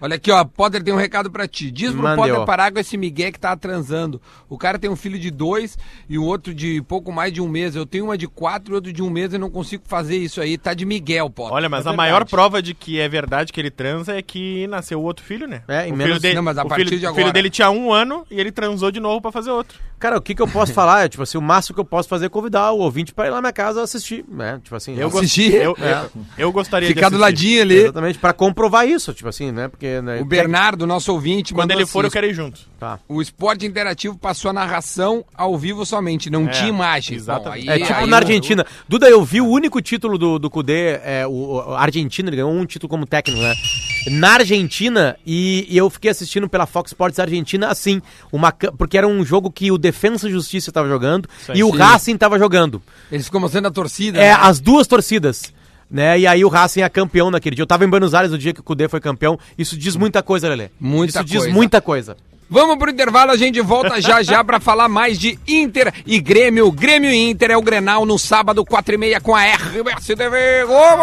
A: Olha aqui, ó. Potter tem um recado pra ti. Diz pro
F: Mande,
A: Potter
F: ó.
A: parar com esse Miguel que tá transando. O cara tem um filho de dois e o outro de pouco mais de um mês. Eu tenho uma de quatro e outro de um mês e não consigo fazer isso aí. Tá de Miguel, Potter.
D: Olha, mas a maior prova de que é verdade que ele transa é que nasceu o outro filho, né?
F: É, e
D: o
F: menos-
D: filho dele,
A: Não, mas a
D: o
A: partir
D: filho,
A: de
D: o
A: agora.
D: filho dele tinha um ano e ele transou de novo pra fazer outro.
F: Cara, o que, que eu posso falar? É, tipo assim, o máximo que eu posso fazer é convidar o ouvinte pra ir lá na minha casa assistir, né? Tipo assim,
D: Eu,
F: né?
D: gos-
A: Assistir?
D: eu, eu, eu gostaria
A: Ficar
D: de
A: do
D: assistir.
A: ladinho ali.
F: Exatamente, pra comprovar isso, tipo assim, né? Porque. Né,
A: O Bernardo, nosso ouvinte,
D: É Quando
A: mandou
D: ele for, eu
A: assim,
D: quero ir junto.
F: Tá.
A: O esporte interativo passou a narração ao vivo somente, não
D: É,
A: tinha imagens. Bom,
D: exatamente.
F: É
A: aí-
F: tipo
A: aí
F: na
A: o-
F: Argentina. Duda, eu vi o único título do, do Cudê, é, o, o- a Argentina, ele ganhou um título como técnico, né? Na Argentina, e, e eu fiquei assistindo pela Fox Sports Argentina, assim, uma, ca- porque era um jogo que o Defensa e Justiça tava jogando e o
A: Sim.
F: Racing tava jogando.
A: Eles ficam mostrando a torcida.
F: É,
A: né?
F: as duas torcidas. Né? E aí o Racing é campeão naquele dia. Eu tava em Buenos Aires no dia que o Cudê foi campeão. Isso diz muita coisa, Lelê.
A: Muita
F: Isso diz
A: coisa.
F: muita coisa.
A: Vamos pro intervalo, a gente volta já já pra falar mais de Inter e Grêmio. Grêmio e Inter é o Grenal no sábado, 4 e meia com a RBS TV Globo!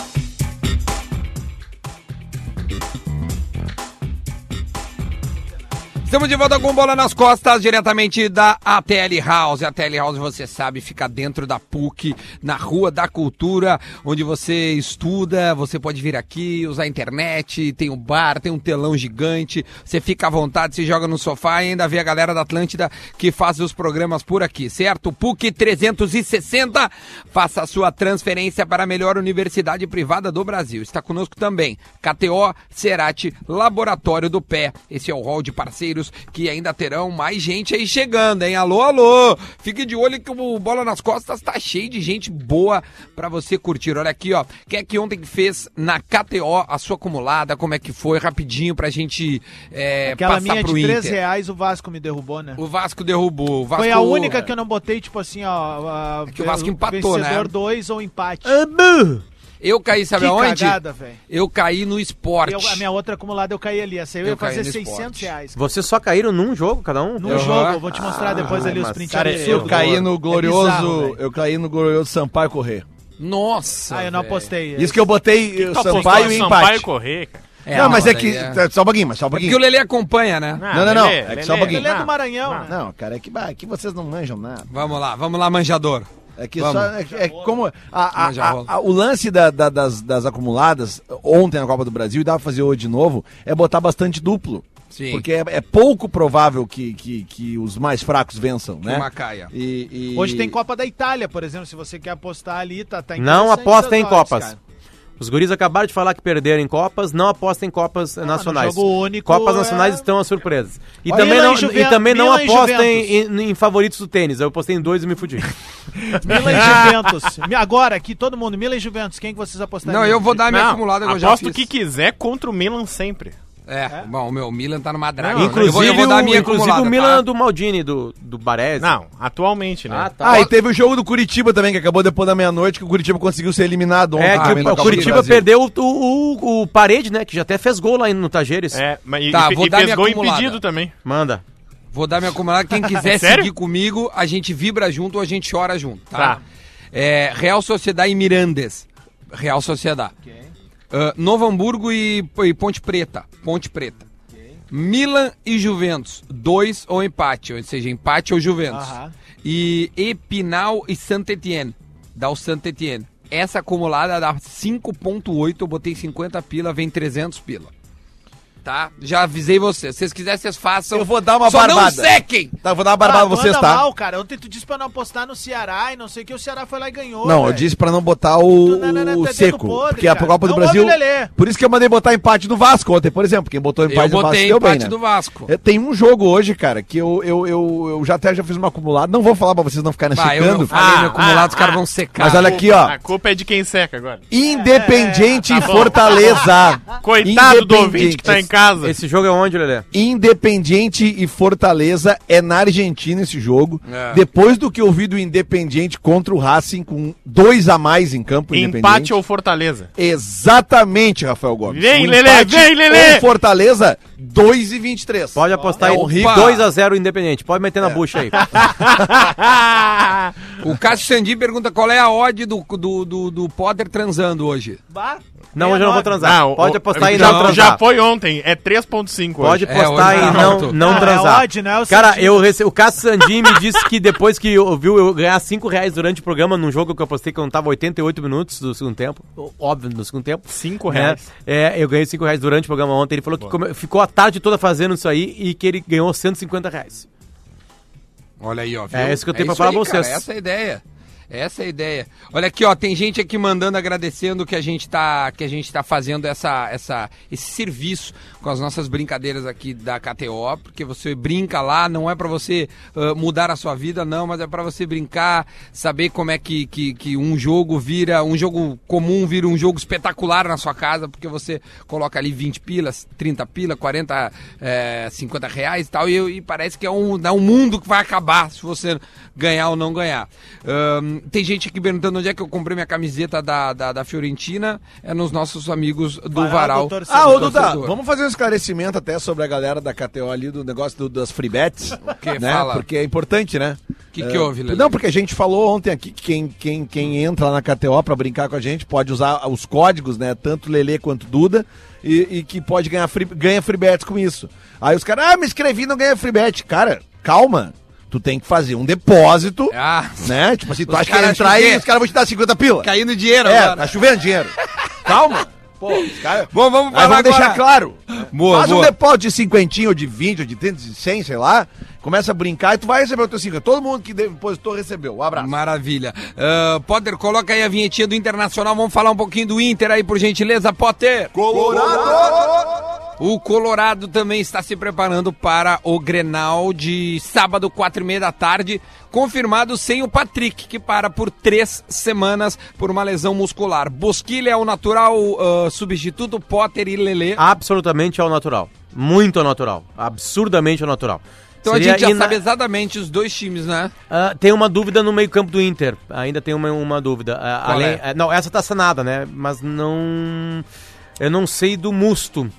A: Estamos de volta com bola nas costas, diretamente da ATL House. A ATL House, você sabe, fica dentro da PUC, na Rua da Cultura, onde você estuda, você pode vir aqui, usar a internet, tem um bar, tem um telão gigante, você fica à vontade, se joga no sofá e ainda vê a galera da Atlântida que faz os programas por aqui, certo? PUC 360, faça a sua transferência para a melhor universidade privada do Brasil. Está conosco também KTO, Cerati, Laboratório do Pé. Esse é o hall de parceiros que ainda terão mais gente aí chegando, hein? Alô, alô! Fique de olho que o Bola nas Costas tá cheio de gente boa para você curtir. Olha aqui, ó. Quem é que ontem fez na KTO a sua acumulada? Como é que foi? Rapidinho pra gente é, passar
E: Aquela minha de
A: pro
E: 3
A: Inter.
E: reais o Vasco me derrubou, né?
A: O Vasco derrubou. O Vasco... é.
E: Foi a única que eu não botei, tipo assim, ó. A, é,
A: que o Vasco empatou, né?
E: Vencedor 2 ou empate.
A: Eu caí, sabe
E: que
A: aonde?
E: cagada, velho.
A: Eu caí no esporte.
E: Eu- A minha outra acumulada eu caí ali. Essa aí eu,
A: Eu
E: ia fazer
A: caí no
E: 600
A: esporte.
E: reais.
F: Vocês só caíram num jogo, cada um?
E: No
A: Aham.
E: jogo, eu vou te mostrar depois ali os
F: mas,
E: prints
F: cara,
C: Eu
E: absurdos.
C: caí no glorioso.
E: É bizarro, velho.
C: eu caí no glorioso Sampaio correr.
A: Nossa.
E: Ah, eu não
A: velho.
E: apostei.
C: Isso que eu botei eh,
D: Tu apostou
C: Sampaio
D: no
C: e
D: tá Sampaio
C: empate.
D: correr, cara.
A: É,
C: não, mas é
A: daí
C: que. Só um pouquinho, mas só um
A: É porque o
C: pouquinho.
A: Lelê acompanha, né?
C: Não, não, não.
D: Lelê,
C: É que
D: Lelê.
C: só um pouquinho.
E: Ele é do Maranhão, né?
C: Não, cara, é que, bah, é que vocês não manjam nada.
A: Vamos lá, vamos lá, manjador.
C: É que
A: Vamos.
C: só. É, é como. a- a-
A: Mas já
C: a-
A: rola.
C: a- o lance da- da- das, das acumuladas ontem na Copa do Brasil, e dá pra fazer hoje de novo, é botar bastante duplo.
A: Sim.
C: Porque é, é pouco provável que, que, que os mais fracos vençam, né?
A: uma caia.
C: E, e-
E: Hoje tem Copa da Itália, por exemplo, se você quer apostar ali, tá, tá
F: Não
E: interessante
F: aposta em
E: essas odds,
F: Copas.
E: cara.
F: Os guris acabaram de falar que perderam em Copas, não apostem em Copas eh, nacionais.
E: Ah, jogo único
F: Copas nacionais
E: é-
F: estão a surpresas. E
E: Olha,
F: também,
E: Milan
F: não,
E: e Juven-
F: e também não
E: Milan e
F: apostem em, em favoritos do tênis. Eu apostei em dois e me fudi.
E: Milan e Juventus. Mi- Agora aqui, todo mundo, Milan e Juventus, quem que vocês apostaram?
A: Não, eu vou dar a minha
D: Não,
A: acumulada que eu já
D: aposto
A: fiz.
D: o que quiser contra o Milan sempre.
A: É, bom, o meu Milan tá numa draga.
D: Não,
A: eu vou,
F: inclusive
A: eu vou dar a minha
F: inclusive
A: acumulada.
F: o Milan
A: tá?
F: do Maldini, do, do Baresi.
D: Não, atualmente, né?
F: Ah, tá.
C: Ah, e teve o jogo do Curitiba também, que acabou depois da meia-noite, que o Curitiba conseguiu ser eliminado ontem.
F: É, que
A: Ah,
C: também
F: o,
C: na
F: o
C: Copa do
F: Curitiba
C: Brasil.
F: perdeu o, o, o Parede, né? Que já até fez gol lá no Tajeres.
D: É, mas e,
A: Tá,
D: e,
A: vou
D: e
A: dar
D: fez
A: minha
D: gol
A: acumulada.
D: impedido também.
F: Manda.
A: Vou dar minha acumulada. Quem quiser
D: Sério?
A: seguir comigo, a gente vibra junto ou a gente chora junto, tá?
D: Tá.
A: É, Real Sociedade e Mirandes. Real Sociedade. Ah, Novo Hamburgo e, e Ponte Preta. Ponte Preta. Milan e Juventus. Dois ou empate, ou seja, empate ou Juventus.
E: Aham.
A: E Epinal e Saint-Etienne. Dá o Saint-Etienne. Essa acumulada dá 5.8, eu botei 50 pila, vem 300 pila. Tá? Já avisei vocês. Se vocês quiserem, vocês façam.
C: Eu vou dar uma
A: Só
C: barbada.
A: não sequem!
C: Tá, vou dar uma barbada pra vocês, tá?
E: Ah, mal, cara. Ontem tu disse pra não apostar no Ceará e não sei o que, o Ceará foi lá e ganhou.
C: Não, eu
E: velho.
C: disse pra não botar o,
E: Tu- não, não, não,
C: o
E: tá dedo
C: seco.
E: podre,
C: porque a
E: cara.
C: Copa do
E: Não
C: Brasil.
E: ouve, Lelê.
C: Por isso que eu mandei botar empate do Vasco ontem, por exemplo. Quem botou empate
A: Eu
C: do Vasco
A: botei
C: deu bem,
A: empate
C: né?
A: do Vasco.
C: É, Tem um jogo hoje, cara, que eu, eu, eu, eu já até já fiz uma acumulada. Não vou falar pra vocês não ficarem
A: Vai, eu
C: secando.
A: não falei
D: Ah,
A: meu acumulado,
D: ah,
A: os caras
D: ah.
A: vão secar.
C: Mas olha aqui, ó.
D: A culpa é de quem seca agora.
C: Independiente
D: É,
C: e
D: tá bom.
C: Fortaleza.
D: Coitado do ouvinte que tá em
C: Independente. tipo
D: casa.
F: Esse jogo é onde, Lelê?
C: Independiente e Fortaleza é na Argentina esse jogo.
A: É.
C: Depois do que eu vi do Independiente contra o Racing com dois a mais em campo.
D: Empate
C: Independiente.
D: ou Fortaleza?
C: Exatamente, Rafael Gomes. Um
D: Vem, Lelê,
C: empate
D: vem, Lelê!
C: com Fortaleza, 2 e 23.
F: Pode apostar
C: É
F: em
C: horrível.
F: 2x0 Independente. Pode meter na bucha aí.
A: O Cássio Sandi pergunta qual é a odd do, do, do, do Potter transando hoje.
E: Bah, é
F: Não, hoje eu não vou transar.
D: Não,
F: Pode
D: o-
F: apostar em
D: já,
F: não transar.
D: Já foi ontem, é 3.5
F: Pode
D: hoje.
A: É,
F: postar
A: hoje
F: em
A: não.
F: não, não
E: Ah, é
F: transar.
E: ódio, né? O
F: Cara,
E: Sandinho.
F: eu rece... o Cássio Sandin me disse que depois que ouviu eu ganhar 5 reais durante o programa num jogo que eu postei que eu não tava 88 minutos do segundo tempo, ó- óbvio, no segundo tempo.
D: 5
F: né?
D: reais.
F: É, eu ganhei 5 reais durante o programa ontem. Ele falou que come- ficou a tarde toda fazendo isso aí e que ele ganhou 150 reais.
A: Olha aí, ó. viu?
F: É isso que eu tenho pra falar
A: aí,
F: pra vocês.
A: cara, essa é a ideia. Essa é a ideia. Olha aqui, ó, tem gente aqui mandando agradecendo que a gente tá, que a gente tá fazendo essa, essa, esse serviço com as nossas brincadeiras aqui da KTO, porque você brinca lá, não é pra você ah, mudar a sua vida, não, mas é pra você brincar, saber como é que, que, que um jogo vira, um jogo comum vira um jogo espetacular na sua casa, porque você coloca ali 20 pilas, 30 pila, 40, eh, 50 reais e tal, e, e parece que é um, é um mundo que vai acabar se você ganhar ou não ganhar. Ahn, tem gente aqui perguntando onde é que eu comprei minha camiseta da, da, da Fiorentina. É nos nossos amigos do
E: Varal
A: Varal.
E: do torcedor.
C: Ah, ô
A: do
C: Duda,
A: torcedor.
C: vamos fazer um esclarecimento até sobre a galera da KTO ali, do negócio do- das free bets,
A: que?
C: né?
A: Fala.
C: Porque é importante, né?
A: O que,
C: É,
A: que houve, Lelê?
C: Não, porque a gente falou ontem aqui que quem, quem, quem entra na KTO pra brincar com a gente pode usar os códigos, né? Tanto Lelê quanto Duda, e, e que pode ganhar free, ganha free bets com isso. Aí os caras, ah, me inscrevi, não ganha free bet. Cara, calma. Tu tem que fazer um depósito,
A: Ah,
C: né? Tipo assim, tu
A: Os
C: acha que
A: caras
C: vai entrar
A: acham
C: aí
A: que-
C: e os caras vão te dar 50 pila.
A: caindo Ah, dinheiro
C: É,
A: agora.
C: tá chovendo dinheiro. Calma. Pô, os caras...
A: Bom, vamos
C: Mas
A: falar
C: vamos
A: agora.
C: deixar claro.
A: Boa,
C: Faz um
A: boa.
C: depósito de cinquentinho, ou de 20, ou de 30, de 100, sei lá. Começa a brincar e tu vai receber o teu 50. Todo mundo que depositou recebeu. Um abraço.
A: Maravilha. Ah, Potter, coloca aí a vinhetinha do Internacional. Vamos falar um pouquinho do Inter aí, por gentileza, Potter. O Colorado também está se preparando para o Grenal de sábado, quatro e meia da tarde, confirmado sem o Patrick, que para por três semanas por uma lesão muscular. Bosquilha é o natural ah, substituto Potter e Lelê.
F: Absolutamente ao natural. Muito ao natural. Absurdamente ao natural.
A: então
F: Seria
A: a gente já
F: ina-
A: sabe exatamente os dois times, né?
F: Ah, tem uma dúvida no meio-campo do Inter. Ainda tem uma, uma dúvida. Ah,
A: Qual
F: além-
A: é?
F: ah, não, essa tá sanada, né? Mas não. Eu não sei do Musto.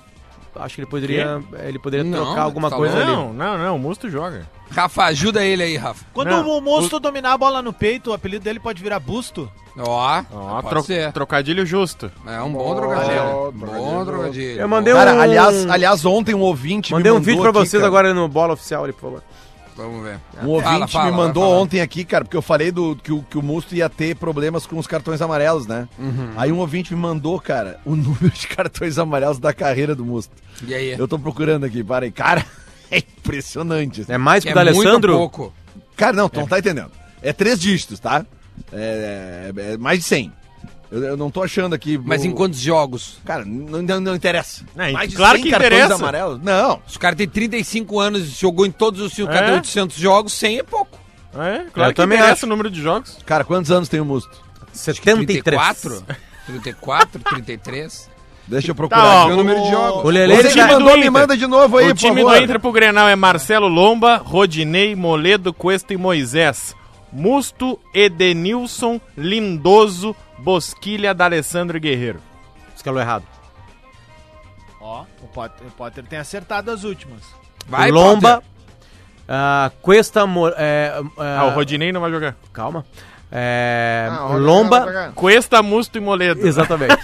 F: Acho que ele poderia, ele poderia
A: Não,
F: trocar alguma
A: tá
F: coisa ali.
D: Não, não, não, o Musto joga.
A: Rafa, ajuda ele aí, Rafa.
E: Quando
D: Não,
E: o monstro dominar a bola no peito, o apelido dele pode virar busto.
A: Ó,
D: Ó,
A: Ah, pode
D: tro-
A: ser.
D: trocadilho justo.
A: É um bom trocadilho. Bom trocadilho.
F: Eu mandei um.
C: Cara, aliás, aliás, ontem um ouvinte me
F: mandei um
C: mandou
F: vídeo pra
C: aqui,
F: vocês
C: cara.
F: agora no Bola Oficial ali, por favor.
A: Vamos ver.
C: Um ouvinte
A: Fala, fala,
C: me
A: vai
C: mandou
A: falar.
C: ontem aqui, cara, porque eu falei do, que, o, que o Musto ia ter problemas com os cartões amarelos, né?
A: Uhum.
C: Aí um ouvinte me mandou, cara, o número de cartões amarelos da carreira do Musto.
A: E aí? É
C: Eu tô procurando aqui, para aí. Cara, é impressionante. assim.
F: É mais que
A: É
F: o do
A: muito
F: Alessandro?
A: pouco.
C: Cara, não, tu não tá entendendo. É três dígitos, tá? É, é- é mais de 100. Eu, eu não tô achando aqui.
A: Mas
C: o-
A: em quantos jogos?
C: Cara, não, não- não interessa.
D: É, claro que
C: cartões
D: interessa.
C: amarelos? Não.
A: Se o cara tem 35 anos e jogou em todos os 5
D: É?
A: 800 jogos, 100 é pouco.
D: É, claro que
F: Eu também
D: interessa
F: acho.
D: o número de jogos.
C: Cara, quantos anos tem o Musto?
F: 73.
A: 34, 33.
C: Deixa eu procurar.
D: Tá, ó,
C: aqui.
A: o número de jogos.
F: O Lelê
C: Você
D: Ele
C: que
D: time do
C: mandou, me
D: Inter.
C: manda de novo aí,
D: o time
C: por
D: do
C: favor.
D: Inter pro Grenal é Marcelo Lomba, Rodinei, Moledo, Cuesta e Moisés. Musto, Edenilson, Lindoso, Bosquilha, D'Alessandro e Guerreiro.
F: Escalou errado.
E: Ó, o Potter, o Potter tem acertado as últimas.
A: Vai,
F: Lomba.
A: Potter.
F: ah, Cuesta. Mo- é, ah,
D: Ah, o Rodinei não vai jogar.
F: Calma. É,
C: Ah, olha,
F: Lomba.
C: olha, olha.
D: Cuesta, Musto e Moledo.
F: Exatamente.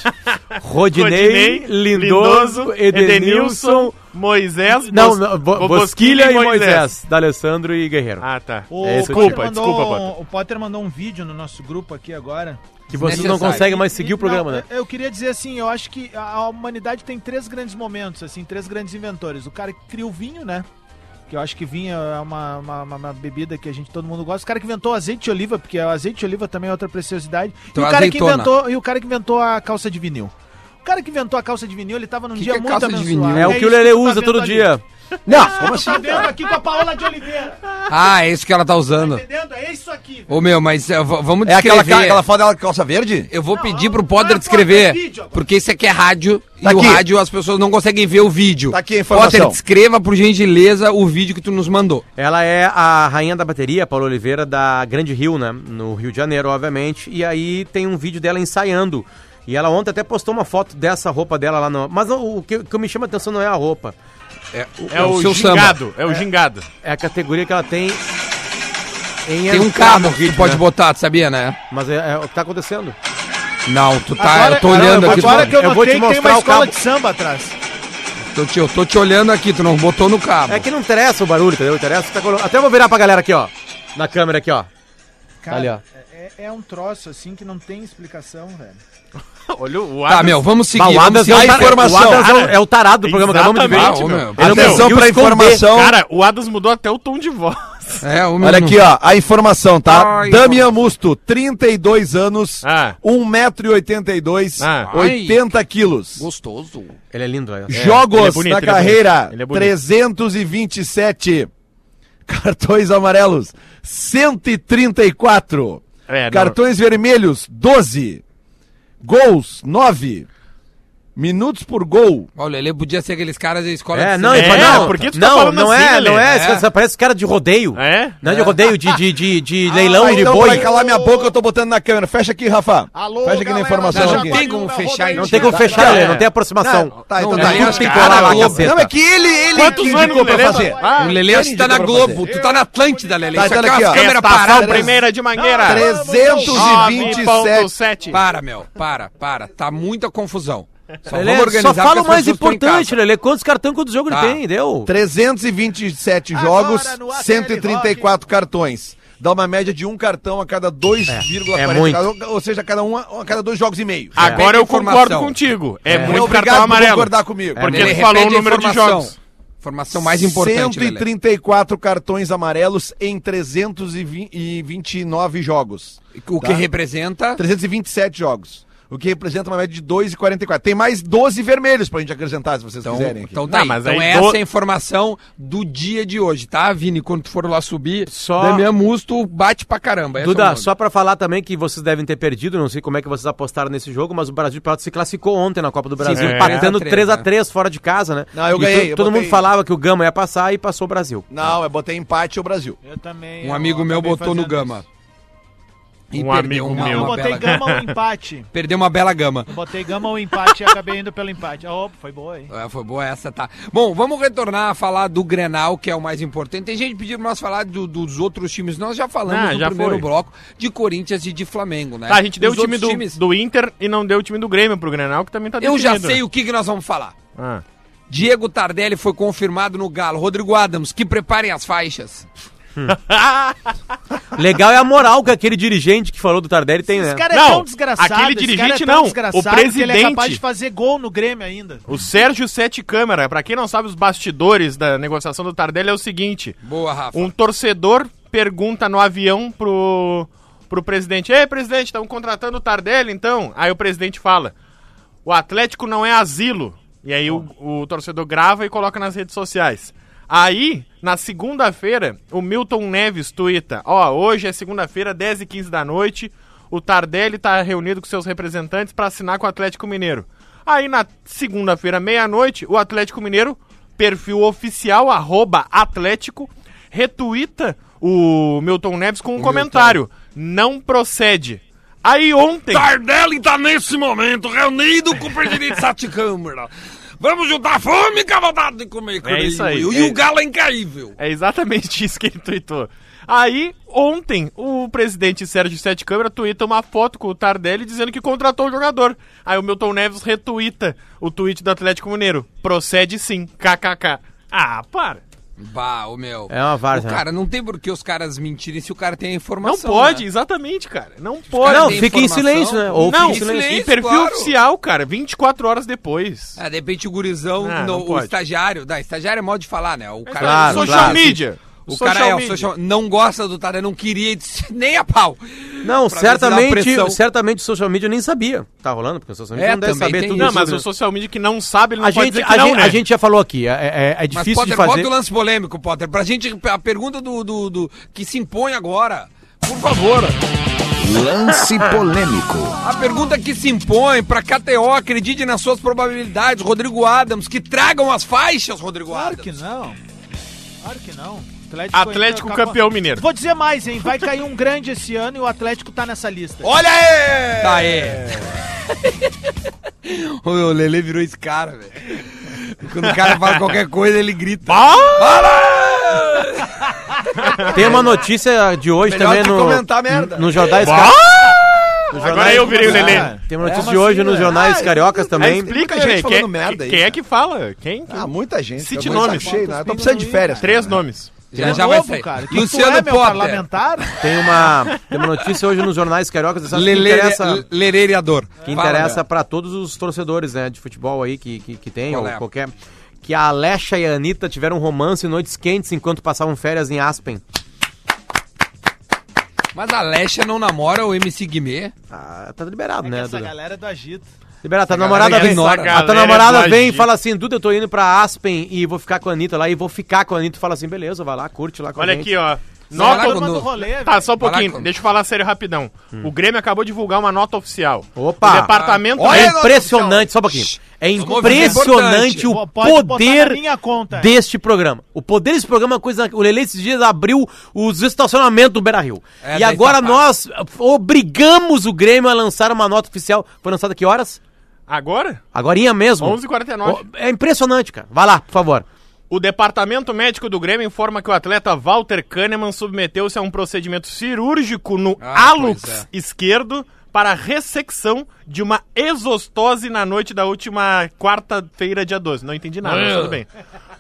F: Rodinei, Lindoso, Edenilson.
D: Moisés,
F: Não,
D: Bos-
F: não,
D: Bo-
F: Bo- Bosquilha e Moisés. D'Alessandro e Guerreiro.
D: Ah, tá.
E: O
F: É isso
E: Potter
F: aí.
D: Desculpa,
E: mandou
D: desculpa,
E: um-
D: Potter.
E: O Potter mandou um vídeo no nosso grupo aqui agora.
F: que vocês não
A: desnecessário.
F: conseguem mais seguir o programa,
E: Não,
F: né?
E: eu- Eu queria dizer assim, eu acho que a a humanidade tem três grandes momentos, assim, três grandes inventores. O cara que cria o vinho, né? Que eu acho que vinho é uma, uma, uma- uma bebida que a gente, todo mundo gosta. O cara que inventou o azeite de oliva, porque o azeite de oliva também é outra preciosidade.
A: Então,
E: e, o cara que
A: azeitona.
E: inventou, e o cara que inventou a calça de vinil. O cara que inventou a calça de vinil, ele tava num
A: Que
E: dia
A: que é
E: muito
A: calça de vinil?
E: abençoado.
F: É, o que o
E: isso
F: Lele
E: tu tá
F: usa
E: vendo
F: todo
E: ali.
F: dia.
C: Não, como
E: Tu tá
C: assim?
E: vendo aqui com a Paola de Oliveira. Tá
A: Ah, é isso que ela tá usando.
E: entendendo? É isso aqui. velho.
A: Ô meu, mas eh, v- vamos
C: É aquela,
A: descrever.
C: ca- aquela foto dela com calça verde?
A: Eu vou pedir
E: não,
A: pro
E: não,
A: Potter
E: não,
A: descrever,
E: Potter, é vídeo agora.
A: porque isso aqui é rádio
C: Tá
A: e o
C: aqui.
A: rádio as pessoas não conseguem ver o vídeo.
C: Tá aqui a informação.
A: Potter, descreva por gentileza o vídeo que tu nos mandou.
F: Ela é a rainha da bateria, Paula Oliveira, da Grande Rio, né? No Rio de Janeiro, obviamente. E aí tem um vídeo dela ensaiando. E ela ontem até postou uma foto dessa roupa dela lá no. Mas não, o que, o que me chama a atenção não é a roupa.
D: É o,
A: seu samba.
D: gingado, é o gingado.
F: É a categoria que ela tem. Em
A: Tem um
F: entrar
A: carro
F: no
A: que tu
F: vídeo,
A: pode
F: né?
A: botar, tu sabia, né?
F: Mas é, é o que tá acontecendo.
A: Não, tu tá,
E: Agora- é
A: eu tô olhando
E: agora,
A: aqui.
E: Agora
A: tu,
E: que eu,
F: Eu vou
E: notei
F: te
E: que tem
F: mostrar
E: uma
F: o
E: escola
F: cabo.
E: de samba atrás.
A: tô te, eu tô te olhando aqui, tu não botou no cabo.
F: É que não interessa o barulho, entendeu? Interessa. o que Tá colo- Até vou virar pra galera aqui, ó. Na câmera aqui, ó.
E: Cara,
F: Ali, ó.
E: É, é um troço assim que não tem explicação, velho.
D: Olha o
A: Tá, meu, vamos seguir.
F: Bah, o
A: vamos
F: Adams, é o,
A: seguir.
F: tar-
A: informação.
F: o Adams é o- é o tarado do
D: tá
F: programa, acabamos de ver.
A: Ah,
D: Exatamente,
A: ô,
D: É meu.
A: meu.
F: Ele não
C: Atenção
F: conseguiu
C: pra
F: esconder.
C: informação.
D: Cara, hum. o Adams mudou até o tom de voz.
A: É, o meu
C: Olha
A: não-
C: aqui, ó, a informação, tá?
A: Ai,
C: Damian Musto, 32 anos,
D: Ah.
C: 1,82m,
D: Ah.
C: 80 quilos.
A: Gostoso.
F: Ele é lindo, olha.
C: Jogos
D: ele é bonito,
C: na
D: ele é
C: carreira,
D: bonito, ele é bonito.
C: 327. Cartões amarelos, 134.
D: É, não.
C: Cartões vermelhos, 12. Gols, 9. Minutos por gol.
A: Olha, o Lelê podia ser aqueles caras da escola
F: É,
A: de
F: não,
A: samba.
F: ele fala, não,
D: por que tu tá
F: não,
D: falando
F: não
D: assim,
F: é,
D: Lelê?
F: não é,
A: É.
F: esse cara- parece cara de rodeio.
D: É?
F: Não é de rodeio, de, de, de, de leilão
C: Ah,
F: de
C: então
F: boi.
C: vai calar minha boca, eu tô botando na câmera. Fecha aqui, Rafa.
E: Alô,
C: Fecha aqui na
E: galera
C: informação.
A: Não, não
C: aqui.
A: tem como fechar
F: Não
E: então?
A: isso.
F: tem como fechar,
C: tá,
F: Lelê,
C: é.
F: não tem aproximação.
C: Tá, então
A: Não,
C: tá.
A: aí
C: Ele
A: né? acho que
C: tem que
A: cara,
C: colar lá,
A: Globo.
C: caceta. Não, é que ele, ele
D: Quantos
C: que
D: anos
C: indicou
D: do
C: pra
D: Lelê?
C: fazer.
D: Ah,
A: O Lelê acho que tá na
C: Ele
A: Globo,
C: indicou
A: tu tá na Atlântida, Lelê.
C: Tá,
A: Isso
C: então
A: aqui,
C: aqui,
A: ó,
C: ó.
A: câmera
D: Estação
A: parada.
D: primeira de Mangueira.
C: 327.
D: 9.7.
A: Para, meu, para, para. Tá muita confusão.
C: tá,
A: Só
F: Lelê,
A: vamos organizar
F: só fala
A: porque
F: o
A: as
F: mais
A: pessoas estão em
F: importante, né?
A: casa.
F: Lelê, quantos cartões, quantos jogos
A: Tá.
F: ele tem, deu?
C: 327
E: Agora
C: jogos,
E: no ATL
C: 134 cartões. Dá uma média de um cartão a cada 2,40.
F: é muito.
C: ou seja, a cada, um, a cada dois jogos e meio.
D: Agora eu concordo
A: Informação.
D: contigo. É,
C: É
D: muito
C: obrigado
D: cartão
C: por
D: amarelo.
C: concordar comigo.
F: É,
D: Porque
A: Lelê,
D: ele falou o
A: repete a
D: número de
A: informação.
D: jogos.
A: Informação mais importante, Lelê.
C: 134 cartões amarelos em 329 jogos.
A: O que
C: Tá.
A: representa...
C: 327 jogos. O que representa uma média de 2,44. Tem mais 12 vermelhos pra gente acrescentar, se vocês
A: Então,
C: quiserem. aqui.
A: então tá
D: Não,
A: aí.
D: mas
A: então
D: aí
A: essa
D: do-
A: é a informação do dia de hoje, tá, Vini? Quando tu for lá subir,
F: Só-
A: Damian Musto bate pra caramba. Esse é o
F: Duda,
A: nome.
F: só pra falar também que vocês devem ter perdido, não sei como é que vocês apostaram nesse jogo, mas o Brasil de Pelotas se classificou ontem na Copa do Brasil,
A: é.
F: empatando
A: 3
F: 3
A: a
F: a 3,
A: três,
F: fora de casa, né?
C: Não, eu
F: E
C: ganhei,
F: to-
C: eu
F: todo
C: botei-
F: mundo falava que o Gama ia passar e passou o Brasil.
C: Não, eu botei empate o Brasil.
E: Eu também.
A: Um
E: eu
A: amigo meu
E: acabei
A: botou no
E: fazendo
A: Gama.
E: isso.
A: E
D: Um
A: perdeu
D: amigo
A: uma,
D: meu.
E: Eu
A: uma
E: botei
A: bela gama.
E: gama ou empate.
A: Perdeu uma bela gama.
E: Botei gama ou empate e acabei indo pelo empate. Ah, Opa, foi boa, hein?
A: É, foi boa essa, tá. Bom, vamos retornar a falar do Grenal, que é o mais importante. Tem gente pedindo pra nós falar do- dos outros times. Nós já falamos
D: Ah,
A: no
D: já
A: primeiro
D: foi.
A: bloco de Corinthians e de Flamengo, né?
D: Tá, a gente deu
A: Os
D: o time
A: outros
D: do,
A: times-
D: do Inter e não deu o time do Grêmio pro Grenal, que também tá
A: Eu já sei
D: o...
A: o que, que nós vamos falar.
D: Ah.
A: Diego Tardelli foi confirmado no Galo. Rodrigo Adams, que preparem as faixas.
F: Legal é a moral que aquele dirigente que falou do Tardelli tem, né?
E: Esse cara é
D: Não,
E: tão desgraçado.
D: aquele
E: esse cara
D: dirigente
E: é tão
D: não,
E: desgraçado
D: o
E: Que ele é capaz
D: presidente.
E: de fazer gol no Grêmio ainda.
D: O Sérgio Sete Câmara, pra quem não sabe os bastidores da negociação do Tardelli, é o seguinte.
A: Boa, Rafa.
D: Um torcedor pergunta no avião pro, pro presidente: Ei, presidente, estão contratando o Tardelli então? Aí o presidente fala: O Atlético não é asilo. E aí o, o torcedor grava e coloca nas redes sociais. Aí, na segunda-feira, o Milton Neves tuita: Ó, hoje é segunda-feira, 10 e 15 da noite. O Tardelli tá reunido com seus representantes para assinar com o Atlético Mineiro. Aí, na segunda-feira, meia-noite, o Atlético Mineiro, perfil oficial, arroba Atlético, retuita o Milton Neves com um comentário. Não procede. Aí ontem.
A: Tardelli está nesse momento reunido com o presidente Sati Câmara. Vamos juntar fome e vontade de comer.
D: É isso aí.
A: E o Galo é incaível.
D: É exatamente isso que ele tweetou. Aí, ontem, o presidente Sérgio Sete Câmara tuita uma foto com o Tardelli dizendo que contratou o jogador. Aí o Milton Neves retuita o tweet do Atlético Mineiro. Procede sim, kkk. Ah, para.
A: Bah, ô meu.
F: É uma várzea,
A: O Cara, não tem por que os caras mentirem se o cara tem a
D: Não
A: informação.
D: pode,
A: né?
D: exatamente, cara. Não
A: cara
D: pode.
F: Não,
A: tem
F: fica em
A: informação?
F: silêncio, né? Ou
D: não,
F: fica em silêncio. É,
D: em perfil
A: claro.
D: oficial, cara, 24 horas depois.
A: Ah, de repente o gurizão,
D: Ah,
A: no-
D: não
A: o
D: pode.
A: estagiário. Dá, estagiário é modo de falar, né? O cara.
F: claro,
A: o
D: social
F: claro.
D: media.
A: O cara
F: um
A: é, o
D: media.
A: social, não gosta do Tardelli, não queria disse, nem a pau.
F: Não,
A: Pra ver se dá pressão.
F: certamente, certamente o social media nem sabia. Tá rolando, porque o social
A: É,
F: media não deve
A: também
F: saber
A: tem
F: tudo.
A: isso.
D: Não, mas
F: sobre,
D: o social media que não sabe, ele não
F: né? a
D: pode
F: gente,
D: dizer que
F: a,
D: não,
F: gente,
D: né?
F: a gente já falou aqui, é, é- é
A: Mas,
F: difícil de
A: Potter,
F: fazer.
A: bota o lance polêmico, Potter, pra gente, a pergunta do, do, do- que se impõe agora, por favor.
H: Lance polêmico.
A: A pergunta que se impõe pra KTO, acredite nas suas probabilidades, Rodrigo Adams, que tragam as faixas, Rodrigo
E: Claro
A: Adams.
E: que não. Claro que não.
D: Atlético
E: acabou-
D: campeão mineiro.
E: Vou dizer mais, hein? Vai cair um grande esse ano e o Atlético tá nessa lista.
A: Olha aí! Tá aí. Ô, meu, o Lele virou esse cara, velho. Quando o cara fala qualquer coisa, ele grita. Para!
F: Tem uma notícia de hoje
C: Melhor
F: também
C: que
F: no,
C: comentar merda.
F: nos jornais
D: Bah!
F: cariocas.
D: Agora eu virei o Lelê.
F: Tem uma notícia de hoje nos jornais cariocas
D: É,
F: também.
D: explica,
C: muita gente
D: gente. Quem,
C: falando merda aí,
D: quem é
C: cara.
D: que fala? Quem?
C: Ah, muita gente.
D: Então, Cite
C: eu tô de saco
D: nomes.
C: cheio, né? Eu tô precisando de férias.
D: Três nomes.
A: Já
E: De
A: já vai
E: É novo,
A: sair.
E: cara. Que
A: Luciano
E: tu é, meu
A: Potter.
E: parlamentar?
F: Tem uma, tem uma notícia hoje nos jornais cariocas. sabe que
A: Lele-
F: interessa,
A: Lerereador.
F: que
A: Fala,
F: interessa
A: meu.
F: pra todos os torcedores né, de futebol aí que, que, que tem,
A: Qual
F: ou
A: é?
F: qualquer. Que a Alexa e a Anitta tiveram um romance em noites quentes enquanto passavam férias em Aspen.
A: Mas a Lesha não namora o MC Guimê.
F: Ah, tá liberado,
E: É que
F: né,
E: essa
F: Duda?
E: galera do Agito.
F: Liberado, tá, a
A: galera
F: namorada vem.
A: ignora.
F: A
D: Essa
F: tua
D: galera
F: namorada
D: é
F: vem e
D: agita.
F: fala assim, Duda, eu tô indo pra Aspen e vou ficar com a Anitta lá e vou ficar com a Anitta. Tu Fala assim, beleza, vai lá, curte lá com a
D: Olha
F: gente.
D: aqui, ó.
A: Será
D: Nota...
A: que-
E: Turma do
A: no-
E: rolê,
D: Tá,
E: velho.
D: só um pouquinho.
A: Caraca.
D: Deixa eu falar sério
C: Hum.
D: rapidão. O Grêmio acabou de divulgar uma nota oficial.
F: Opa!
D: O departamento...
F: É impressionante, só um pouquinho. É
A: movimento
F: impressionante o
E: Pô, pode botar na
F: poder
E: minha conta.
F: deste programa. O poder desse programa é uma coisa. O Lele esses dias abriu os estacionamentos do Beira Rio.
A: É,
F: e
A: daí
F: agora
A: tá
F: nós obrigamos o Grêmio a lançar uma nota oficial. Foi lançada que horas?
D: Agora?
F: Agorinha mesmo.
D: 11h49.
F: Ó, É impressionante, cara. Vai lá, por favor.
D: O departamento médico do Grêmio informa que o atleta Walter Kahneman submeteu-se a um procedimento cirúrgico no
A: Ah, pois
D: hálux esquerdo para ressecção de uma exostose na noite da última quarta-feira, dia 12. Não entendi nada, mas tudo bem.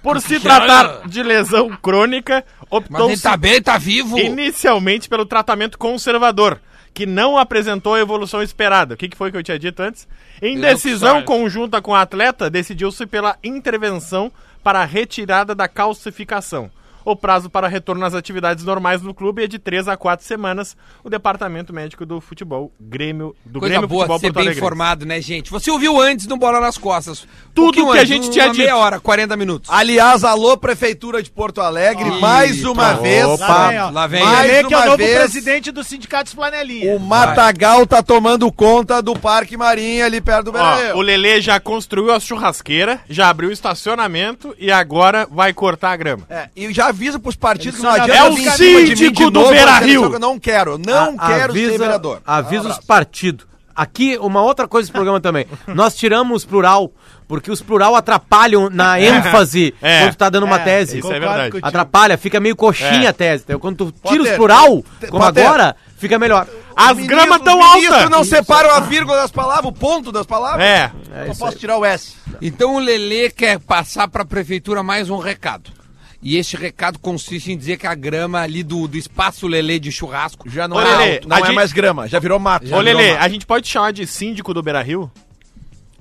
D: Por se tratar de lesão crônica,
A: Mas ele
D: optou-se
A: tá bem, tá vivo.
D: inicialmente pelo tratamento conservador, que não apresentou a evolução esperada. O que, que foi que eu tinha dito antes? Em decisão conjunta com o atleta, decidiu-se pela intervenção para a retirada da calcificação. O prazo para retorno às atividades normais no clube é de 3 a 4 semanas. O departamento médico do futebol Grêmio do
A: Coisa
D: Grêmio
A: boa
D: Futebol
A: ser
D: Porto
A: bem
D: Alegre.
A: informado, né, gente? Você ouviu antes no Bola nas Costas. Um
D: Tudo
A: Pouquinho
D: que a
A: antes,
D: gente tinha
A: uma meia
D: dito.
A: hora, 40
C: Ah.
A: minutos.
C: Aliás, alô, Prefeitura de Porto Alegre, mais uma
A: Opa.
C: vez.
E: Lá vem, ó.
A: Lá vem.
C: Mais
E: Lele, que é o
C: uma
E: novo
C: vez.
E: presidente do Sindicato Planelinha.
C: O Matagal tá tomando conta do Parque Marinha ali perto do
A: É.
D: Ó, o
C: Beira-Rio.
D: Lelê já construiu a churrasqueira, já abriu o estacionamento e agora vai cortar a grama.
C: É, e já avisa pros partidos que não
E: só já
C: adianta
E: é o
C: vir em cima de mim de
D: síndico do
C: novo,
D: Beira-Rio.
C: dizendo que eu Não quero, não
F: A-
C: quero ser vereador.
F: Avisa os partidos. Aqui, uma outra coisa desse programa também. Nós tiramos plural, porque os plural atrapalham na ênfase
D: é,
F: quando tu tá dando uma
E: é,
F: tese.
D: Isso é
E: Concordo
D: verdade.
E: contigo.
F: Atrapalha, fica meio coxinha
D: É.
F: a tese. Então, quando tu tira os
C: Potter,
F: plural, como
C: Potter.
F: agora, fica melhor.
D: As gramas tão altas!
C: Isso, não separam a vírgula das palavras, o ponto das palavras.
D: É.
C: Eu não posso tirar o S.
A: Então o Lelê quer passar para a prefeitura mais um recado. E este recado consiste em dizer que a grama ali do, do espaço Lelê de churrasco já
D: Ô,
A: é
D: Lelê,
A: alto.
C: Não
D: a
C: é
D: gente-
C: mais grama, já virou mato.
D: Ô,
C: Já virou
D: Lelê,
C: mato.
D: a gente pode te chamar de síndico do Beira Rio?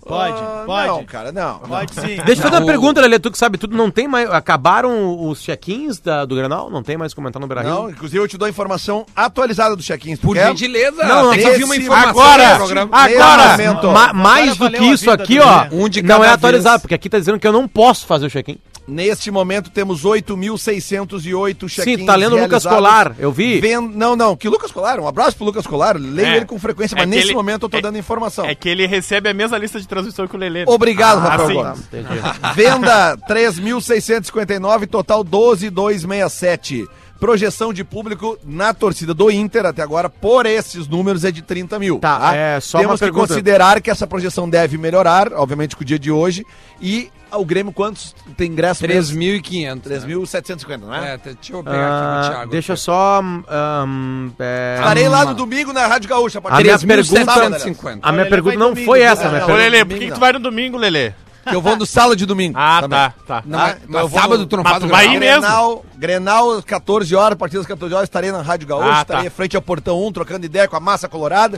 E: Pode,
C: Não,
E: pode.
C: cara, não. não.
E: Pode sim.
F: Deixa eu fazer
A: Não,
F: uma
A: o-
F: pergunta, Lelê, tu que sabe tudo, não tem mais. Acabaram os check-ins da- do Granal? Não tem mais comentário no Brasil?
C: Não, inclusive eu te dou a informação atualizada do check-in. se tu
A: Por
C: quer.
A: gentileza,
F: Não,
A: tem que
C: nesse-
A: ouvir uma informação
D: agora!
A: do programa.
C: Ah,
F: Agora,
C: Nesse momento.
F: ma-
E: Agora
F: mais do
E: valeu
F: que
E: a
F: isso
E: vida
F: aqui,
E: do
F: ó,
E: Lelê.
A: Um de
F: não é
A: cada
F: atualizado,
A: vez.
F: porque aqui tá dizendo que eu não posso fazer o check-in.
C: Neste momento temos 8.608 check-ins.
F: Sim, tá lendo o Lucas
C: realizados.
F: Colar, eu vi.
C: Ven- Não, não, que Lucas Colar, um abraço pro Lucas Colar, leio
D: É.
C: ele com frequência,
D: É
C: mas
D: que
C: nesse
D: ele-
C: momento eu tô
D: é-
C: dando informação.
D: É que ele recebe a mesma lista de transmissão que o Lelê.
C: Obrigado,
D: Ah,
C: Rafael
D: sim.
C: Gomes. Venda 3.659, total 12.267. Projeção de público na torcida do Inter até agora, por esses números, é de 30 mil.
F: Tá, é, só
C: Temos
F: uma
C: que
F: pergunta.
C: considerar que essa projeção deve melhorar, obviamente, com o dia de hoje. E o Grêmio, quantos tem ingresso? mesmo?
A: 3.500. né?
C: 3.750, não é?
A: É, t- deixa eu pegar aqui
F: Ah,
A: com o Thiago. tá?
F: deixa eu
A: aqui.
F: só. hum, é,
C: Estarei lá no domingo na Rádio Gaúcha.
F: A minha pergunta-
A: 3.750.
F: A minha
E: Olha,
F: pergunta
E: ele vai
F: não
E: domingo,
F: foi
E: tá?
F: essa, né? minha
C: Não,
D: Ô,
F: pergunta-
D: Lelê, por
C: domingo
D: que, que
C: não.
D: tu vai no domingo, Lelê?
C: Que eu vou no sala de domingo.
D: Ah,
C: também.
D: tá, tá.
A: Não,
C: Ah,
A: mas-
C: então eu
A: mas
C: vou
A: sábado
C: no-
A: tu não
D: Mas
A: faz
D: tu
A: o
D: vai
A: Grenal?
D: ir mesmo.
C: Grenal, Grenal, 14 horas, partidas 14 horas, estarei na Rádio Gaúcha,
D: Ah,
C: estarei
D: tá.
C: em frente ao Portão 1, trocando ideia com a massa colorada.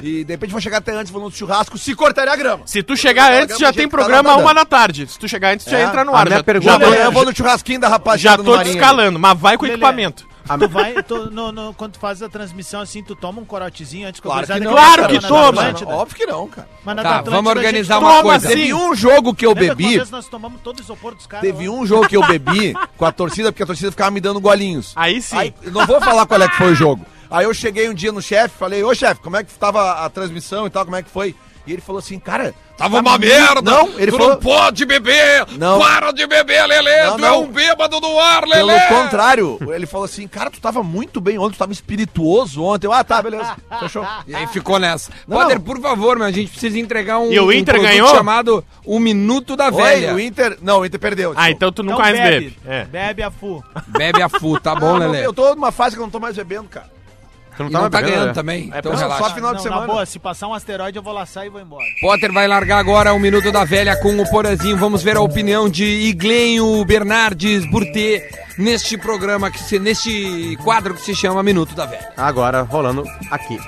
C: E de repente vou chegar até antes falando do churrasco, se cortarei a grama.
D: Se tu chegar
C: Agora
D: antes,
C: a
D: já
C: gente
D: tem
C: tá
D: programa
C: nadando.
D: uma da tarde. Se tu chegar antes, já
C: É.
D: entra no
F: A
D: ar.
F: minha
D: já,
F: pergunta-
D: já,
F: Não,
D: tô-
C: Amanhã eu vou no churrasquinho da
D: já
C: rapaziada é, no
D: tô te
C: Marinho.
D: escalando, mas vai com
E: Lelê.
D: equipamento.
E: Tu vai, tu- no, no- quando tu faz a transmissão assim, tu toma um corotezinho antes que
C: Claro que
E: gurizada
C: não,
D: Claro
C: cara,
D: que
C: na
E: na
D: toma.
E: Atlântida.
C: Óbvio que não, cara.
E: Mas na
A: Tá,
E: Atlântida
A: vamos
E: então a gente
A: organizar
E: toma
A: uma
D: toma
A: coisa.
D: assim.
C: Teve um jogo que eu
E: Lembra que uma
C: bebi,
E: vez nós tomamos todo o isopor dos caras.
C: teve
E: lá?
C: um jogo que eu bebi com a torcida, porque a torcida ficava me dando golinhos.
D: Aí sim.
C: Aí, eu não vou falar qual é que foi o jogo. Aí eu cheguei um dia no chefe, falei, ô chefe, como é que tava a transmissão e tal, como é que foi? E ele falou assim, cara,
A: Tava
C: tá
A: uma
C: muito-
A: merda!
C: Não, ele
A: tu
C: falou,
A: não pode beber!
C: Não.
A: Para de beber, Lelê!
C: Não,
A: tu é
C: não.
A: um bêbado do ar,
C: Pelo
A: Lelê!
C: contrário, ele falou assim, cara, tu tava muito bem ontem, tu tava espirituoso ontem. Eu, Ah, tá, beleza. Fechou.
A: E aí ficou nessa.
C: Não,
A: Potter,
C: não.
A: por favor, meu, a gente precisa entregar um,
D: E o Inter
A: um produto
D: ganhou?
A: chamado O Minuto da
C: Oi,
A: Velha.
C: o Inter. Não, o Inter perdeu.
D: Ah,
C: desculpa.
D: então tu
E: Então
D: nunca mais bebe. É.
E: Bebe a fu.
A: Bebe a fu, tá bom,
C: Ah, não,
A: Lelê?
C: eu tô numa fase que eu não tô mais bebendo, cara.
F: Tu não
A: E
F: tá
A: não
F: mais
A: tá
F: bebendo,
A: ganhando
F: né?
A: também, então
C: pra-
A: relaxa.
C: só final de semana.
E: Na boa, se passar um asteroide eu vou laçar e vou embora.
A: Potter vai largar agora o Minuto da Velha com o Porazinho. Vamos ver a opinião de Iglenho Bernardes Burtê neste programa, que se, neste quadro que se chama Minuto da Velha.
F: Agora rolando aqui.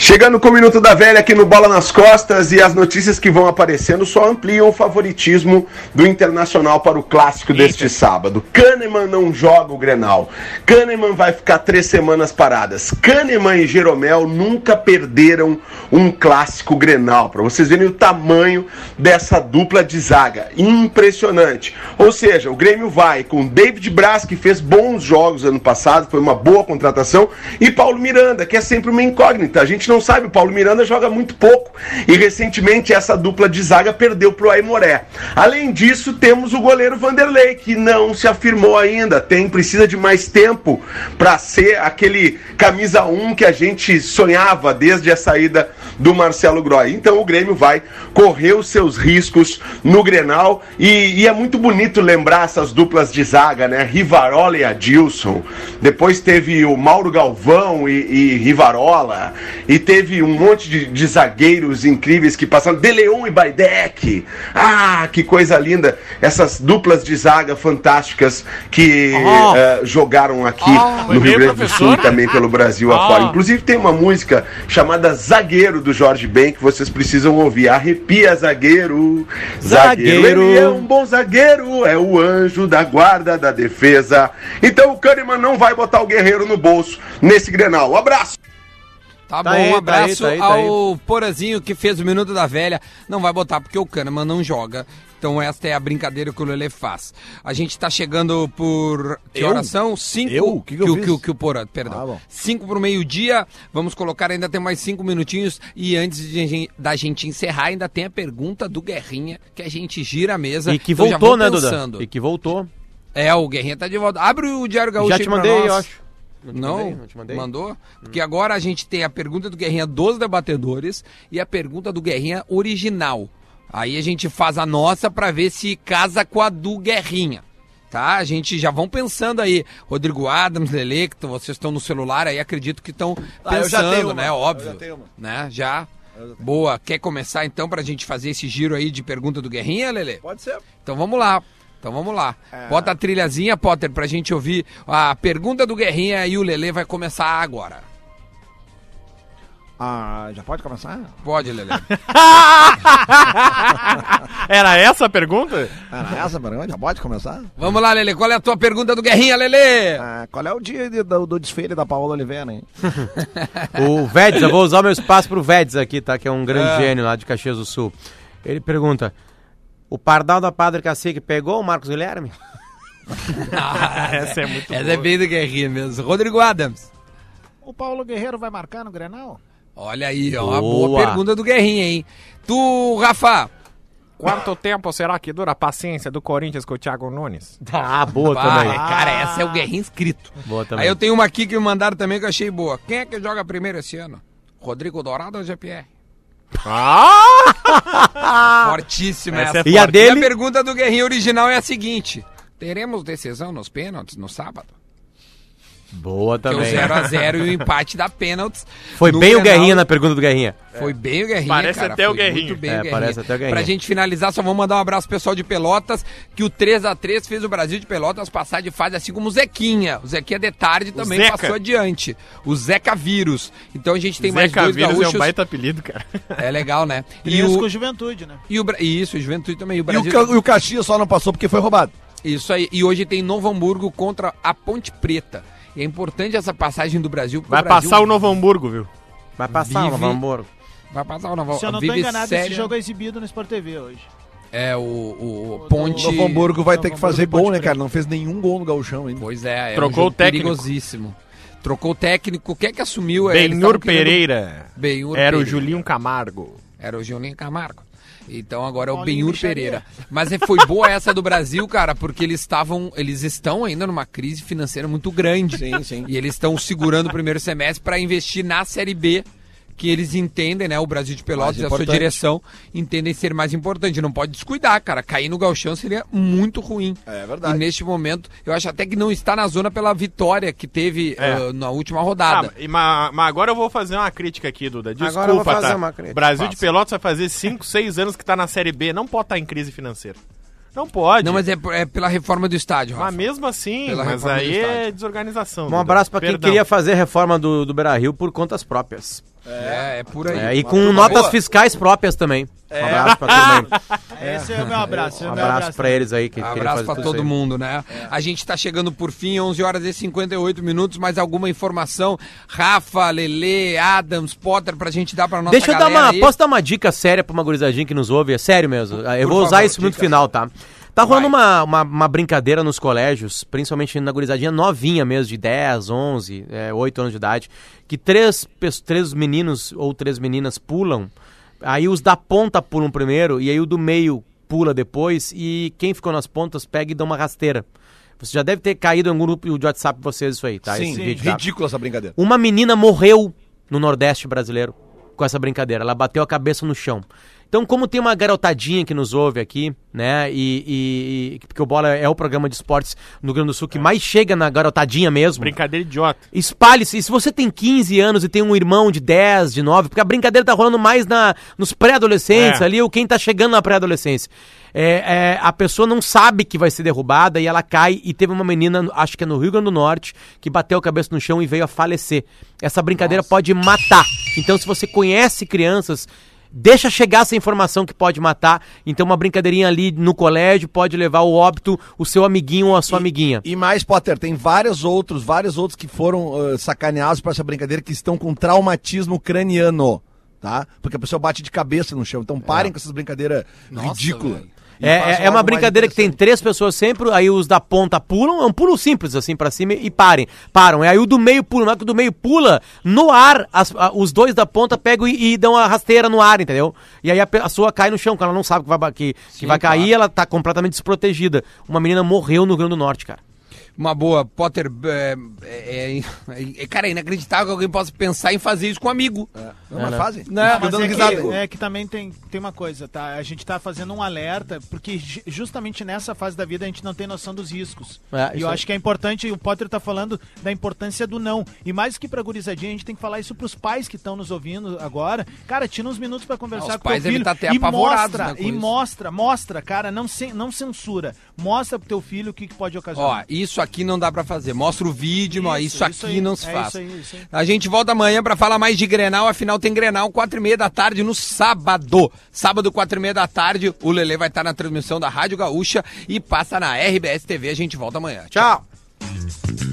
I: Chegando com o Minuto da Velha aqui no Bola nas Costas e as notícias que vão aparecendo só ampliam o favoritismo do Internacional para o clássico deste sábado. Kahneman não joga o Grenal. Kahneman vai ficar três semanas paradas. Kahneman e Jeromel nunca perderam um clássico Grenal. Para vocês verem o tamanho dessa dupla de zaga. Impressionante. Ou seja, o Grêmio vai com David Braz, que fez bons jogos ano passado, foi uma boa contratação, e Paulo Miranda, que é sempre uma incógnita. A gente não não sabe, o Paulo Miranda joga muito pouco e recentemente essa dupla de zaga perdeu para o Aimoré. Além disso, temos o goleiro Vanderlei, que não se afirmou ainda, tem precisa de mais tempo para ser aquele camisa 1 que a gente sonhava desde a saída do Marcelo Groy. Então o Grêmio vai correr os seus riscos no Grenal e, e é muito bonito lembrar essas duplas de zaga, né? Rivarola e Adilson. Depois teve o Mauro Galvão e, e Rivarola. E teve um monte de, de zagueiros incríveis que passaram. Deleon e Baidec. Ah, que coisa linda. Essas duplas de zaga fantásticas que eh, jogaram aqui no Rio Grande do Sul e também pelo Brasil afora. Inclusive tem uma música chamada Zagueiro do Jorge Ben que vocês precisam ouvir. Arrepia zagueiro. Zagueiro.
F: Zagueiro.
I: Ele é um bom zagueiro, é o anjo da guarda da defesa. Então o Kahneman não vai botar o guerreiro no bolso nesse Grenal. Um abraço!
A: Tá,
F: Tá
A: bom,
F: aí,
A: um
F: tá
A: abraço
F: aí, tá aí, tá
A: ao Porazinho que fez o Minuto da Velha. Não vai botar porque o Kahneman não joga. Então esta é a brincadeira que o Lele faz. A gente tá chegando por... Que
C: Eu?
A: horas são? Cinco.
C: Eu? O que que eu
A: o,
C: fiz?
A: que, o- que o Porã, perdão.
C: Ah, bom.
A: cinco pro meio-dia. Vamos colocar, ainda tem mais cinco minutinhos. E antes de a gen- da gente encerrar, ainda tem a pergunta do Guerrinha, que a gente gira a mesa.
F: E que
A: Então já
F: voltou,
A: vou
F: né, Duda?
A: pensando.
F: E que voltou.
A: É, o Guerrinha tá de volta. Abre o Diário Gaúcho
F: Já
A: aí
F: te
A: pra
F: mandei, eu
A: nós.
F: acho. te
A: Não,
F: mandei? Não te mandei? Hum.
A: mandou? Porque agora a gente tem a pergunta do Guerrinha dos debatedores e a pergunta do Guerrinha original. Aí a gente faz a nossa pra ver se casa com a do Guerrinha. Tá? A gente já vão pensando aí. Rodrigo Adams, Lele, que t- vocês estão no celular aí, acredito que estão
C: Ah, eu
A: pensando,
C: já tenho uma.
A: né?
C: Eu
A: Óbvio.
C: já tenho uma.
A: né? Já. Boa. Quer começar então pra gente fazer esse giro aí de pergunta do Guerrinha, Lele?
C: Pode ser.
A: Então vamos lá. Então vamos lá.
D: É.
A: Bota a trilhazinha, Potter, pra gente ouvir a pergunta do Guerrinha e o Lelê vai começar agora.
E: Ah, já pode começar?
A: Pode, Lelê.
D: Era essa a pergunta?
E: Era Ah, essa pergunta? Já pode começar?
A: vamos lá, Lelê. Qual é a tua pergunta do Guerrinha, Lelê?
E: Ah, qual é o dia de- do, do desfile da Paola Oliveira, hein?
F: O Veds, eu vou usar o meu espaço pro Veds aqui, tá? Que é um grande gênio lá de Caxias do Sul. Ele pergunta: O pardal da Padre Cacique pegou o Marcos Guilherme?
D: Essa é muito
A: Essa é bem do Guerrinha mesmo. Rodrigo Adams.
E: O Paulo Guerreiro vai marcar no Grenal?
A: Olha aí, ó. Uma boa
F: Boa.
A: pergunta do Guerrinha, hein? Tu, Rafa.
D: Quanto tempo será que dura a paciência do Corinthians com o Thiago Nunes?
F: Ah, boa
A: Vai,
F: também.
A: cara, essa é o Guerrinha inscrito.
F: Boa também.
A: Aí eu tenho uma aqui que me mandaram também que eu achei boa. Quem é que joga primeiro esse ano? Rodrigo Dourado ou GPR?
D: Ah!
F: Ah!
A: Fortíssima
D: Essa
A: essa.
D: é
F: E a
A: assim.
D: forte.
A: E a
F: dele?
A: pergunta do Guerrinha original é a seguinte: teremos decisão nos pênaltis no sábado?
F: Boa
A: Porque o
F: também. é.
A: 0x0 e o empate dá pênaltis.
F: Foi
A: No
F: bem o
A: Grenal,
F: Guerrinha na pergunta do Guerrinha.
A: Foi bem o Guerrinha.
D: É. Parece
A: cara,
D: até
A: foi
D: o Guerrinha.
A: Muito bem
F: É,
A: o Guerrinha.
F: parece até o Guerrinha.
A: Pra gente finalizar, só vou mandar um abraço pro pessoal de Pelotas, que o 3x3 fez o Brasil de Pelotas passar de fase, assim como o Zequinha. O Zequinha de tarde também
D: Zeca.
A: passou adiante. O Zeca Vírus. Então a gente tem mais
D: Zeca
A: dois
D: Vírus é um
A: gaúchos.
D: baita apelido, cara.
A: É legal, né? E
E: E isso com
A: o,
E: juventude, né?
A: e o, Bra- e isso, o Juventude também. E o
C: E o,
A: Brasil
C: Ca- e o Caxias só não passou porque foi roubado.
A: Isso aí. E hoje tem Novo Hamburgo contra a Ponte Preta. E é importante essa passagem do Brasil. porque
D: Vai
A: Brasil
D: passar o Novo Hamburgo, viu?
F: Vai passar, Um
A: Vive-
F: vamos embora.
A: Vai passar o Novo
E: Se eu não tô
A: Vive
E: enganado,
A: sério.
E: esse jogo é exibido no Sport TV hoje.
A: É o, o- o
C: O
A: Ponte.
C: Novo Hamburgo vai
E: Novo
C: ter que
E: Hamburgo
C: fazer
E: pode
C: gol, né,
E: crer.
C: cara? Não fez nenhum gol no Gauchão ainda.
A: Pois é. é
D: Trocou
A: jogo
D: o técnico.
A: Perigosíssimo. Trocou o técnico. Quem é que assumiu? Eles
D: Benhur
A: estavam querendo-
D: Pereira.
A: Benhur
D: Era o
A: Pereira.
D: Julinho Camargo.
A: Era o Julinho Camargo. Então agora é o
E: Paulinho
A: Benhur
E: Micharia.
A: Pereira. Mas é- foi boa essa do Brasil, cara, porque eles estavam, eles estão ainda numa crise financeira muito grande.
C: Sim, sim.
A: E eles estão segurando o primeiro semestre para investir na Série B, que eles entendem, né? O Brasil de Pelotas
C: Mais
A: e a sua
C: importante.
A: direção entendem ser mais importante. Não pode descuidar, cara. Cair no Galchão seria muito ruim.
C: É verdade.
A: E neste momento, eu acho até que não está na zona pela vitória que teve ah, na última
D: É. Ah,
A: rodada.
D: e ma- mas agora eu vou fazer uma crítica aqui, Duda. Desculpa,
F: Agora eu vou fazer
D: tá?
F: uma crítica.
D: Brasil de
F: Faça.
D: Pelotas vai fazer 5, 6 anos que tá na Série B. Não pode estar em crise financeira. Não pode.
A: não, mas é, é pela reforma do estádio,
D: Mas
A: Rafa.
D: mesmo assim,
A: Pela
D: mas
A: reforma do
D: aí é
A: estádio.
D: desorganização.
F: Um
D: Duda.
F: abraço pra quem
D: Perdão.
F: queria fazer reforma do, do Beira Rio por contas próprias.
A: É, é por aí.
F: É, e com notas fiscais próprias também.
D: É.
F: Um abraço pra todo mundo.
E: Esse é o meu abraço.
F: Um abraço pra eles aí que queriam
A: Abraço
F: fazer
A: pra
F: tudo
A: todo
F: isso aí.
A: mundo, né? A gente tá chegando por fim, 11 horas e 58 minutos, mais alguma informação? Rafa, Lele, Adams, Potter, pra gente dar pra nossa
F: Deixa eu dar
A: galera
F: uma.
A: aí?
F: Posso dar uma dica séria pra uma gurizadinha que nos ouve? É sério mesmo. Eu vou usar
A: favor,
F: isso muito
A: dica.
F: final, tá? Tá rolando uma, uma, uma brincadeira nos colégios, principalmente na gurizadinha novinha mesmo, de 10, 11, é, 8 anos de idade, que três, pes- três meninos ou três meninas pulam, aí os da ponta pulam primeiro, e aí o do meio pula depois, e quem ficou nas pontas pega e dá uma rasteira. Você já deve ter caído em algum grupo de WhatsApp de vocês isso aí, tá?
C: Sim,
F: Esse vídeo, tá?
C: ridícula essa brincadeira.
F: Uma menina morreu no Nordeste brasileiro com essa brincadeira. Ela bateu a cabeça no chão. Então, como tem uma garotadinha que nos ouve aqui, né? E, e- e- porque o Bola é o programa de esportes no Rio Grande do Sul que mais chega na garotadinha mesmo.
D: Brincadeira idiota.
F: Espalhe-se. E se você tem 15 anos e tem um irmão de 10, de 9, porque a brincadeira tá rolando mais na, nos pré-adolescentes
D: É.
F: ali, ou quem tá chegando na pré-adolescência. É, é, a pessoa não sabe que vai ser derrubada e ela cai. E teve uma menina, acho que é no Rio Grande do Norte, que bateu a cabeça no chão e veio a falecer. Essa brincadeira pode matar. Então, se você conhece crianças. Deixa chegar essa informação que pode matar. Então, uma brincadeirinha ali no colégio pode levar ao óbito o seu amiguinho ou a sua amiguinha.
C: E mais, Potter, tem vários outros, vários outros que foram ah, sacaneados pra essa brincadeira que estão com traumatismo craniano, tá? Porque a pessoa bate de cabeça no chão. Então parem com essas brincadeiras ridículas. E façam
F: É, é, é
C: algo
F: uma
C: mais
F: brincadeira que tem
C: interessante.
F: três pessoas sempre, aí os da ponta pulam, é um pulo simples assim pra cima e parem, param. É, Aí o do meio pula, na hora que o do meio pula, no ar, as- a- os dois da ponta pegam e, e dão a rasteira no ar, entendeu? E aí a pessoa cai no chão, porque ela não sabe que vai, ba- que, que vai cair, ela tá completamente desprotegida. Uma menina morreu no Rio Grande do Norte, cara.
A: Uma boa, Potter. é, é, é, é, cara, é inacreditável que alguém possa pensar em fazer isso com um amigo.
F: É.
C: Não, mas fazem.
A: Não,
C: Ficam
A: mas
C: dando
A: é que-
C: risada.
A: Exato.
E: É que também tem, tem uma coisa, tá? A gente tá fazendo um alerta, porque ju- justamente nessa fase da vida a gente não tem noção dos riscos.
F: É,
E: e
F: isso
E: eu
F: aí.
E: acho que é importante, o Potter tá falando da importância do não. E mais que pra gurizadinha, a gente tem que falar isso pros pais que estão nos ouvindo agora. Cara, tira uns minutos pra conversar
A: Ah, os
E: com o
A: pais
E: teu
A: devem
E: filho.
A: tá até
E: e
A: apavorados,
E: mostra,
A: né, com
E: e
A: isso.
E: mostra, mostra, cara, não, cen- não censura. Mostra pro teu filho o que, que pode
A: Ó,
E: ocasionar.
A: isso aqui não dá pra fazer. Mostra o vídeo, isso, isso
E: Isso,
A: aqui
E: isso aí.
A: não se
E: É
A: faz.
E: isso aí, isso aí.
A: A gente volta amanhã pra falar mais de Grenal. Afinal, tem Grenal, quatro e meia da tarde, no sábado. Sábado, quatro e meia da tarde, o Lelê vai estar na transmissão da Rádio Gaúcha e passa na RBS TV. A gente volta amanhã. Tchau.
F: Tchau!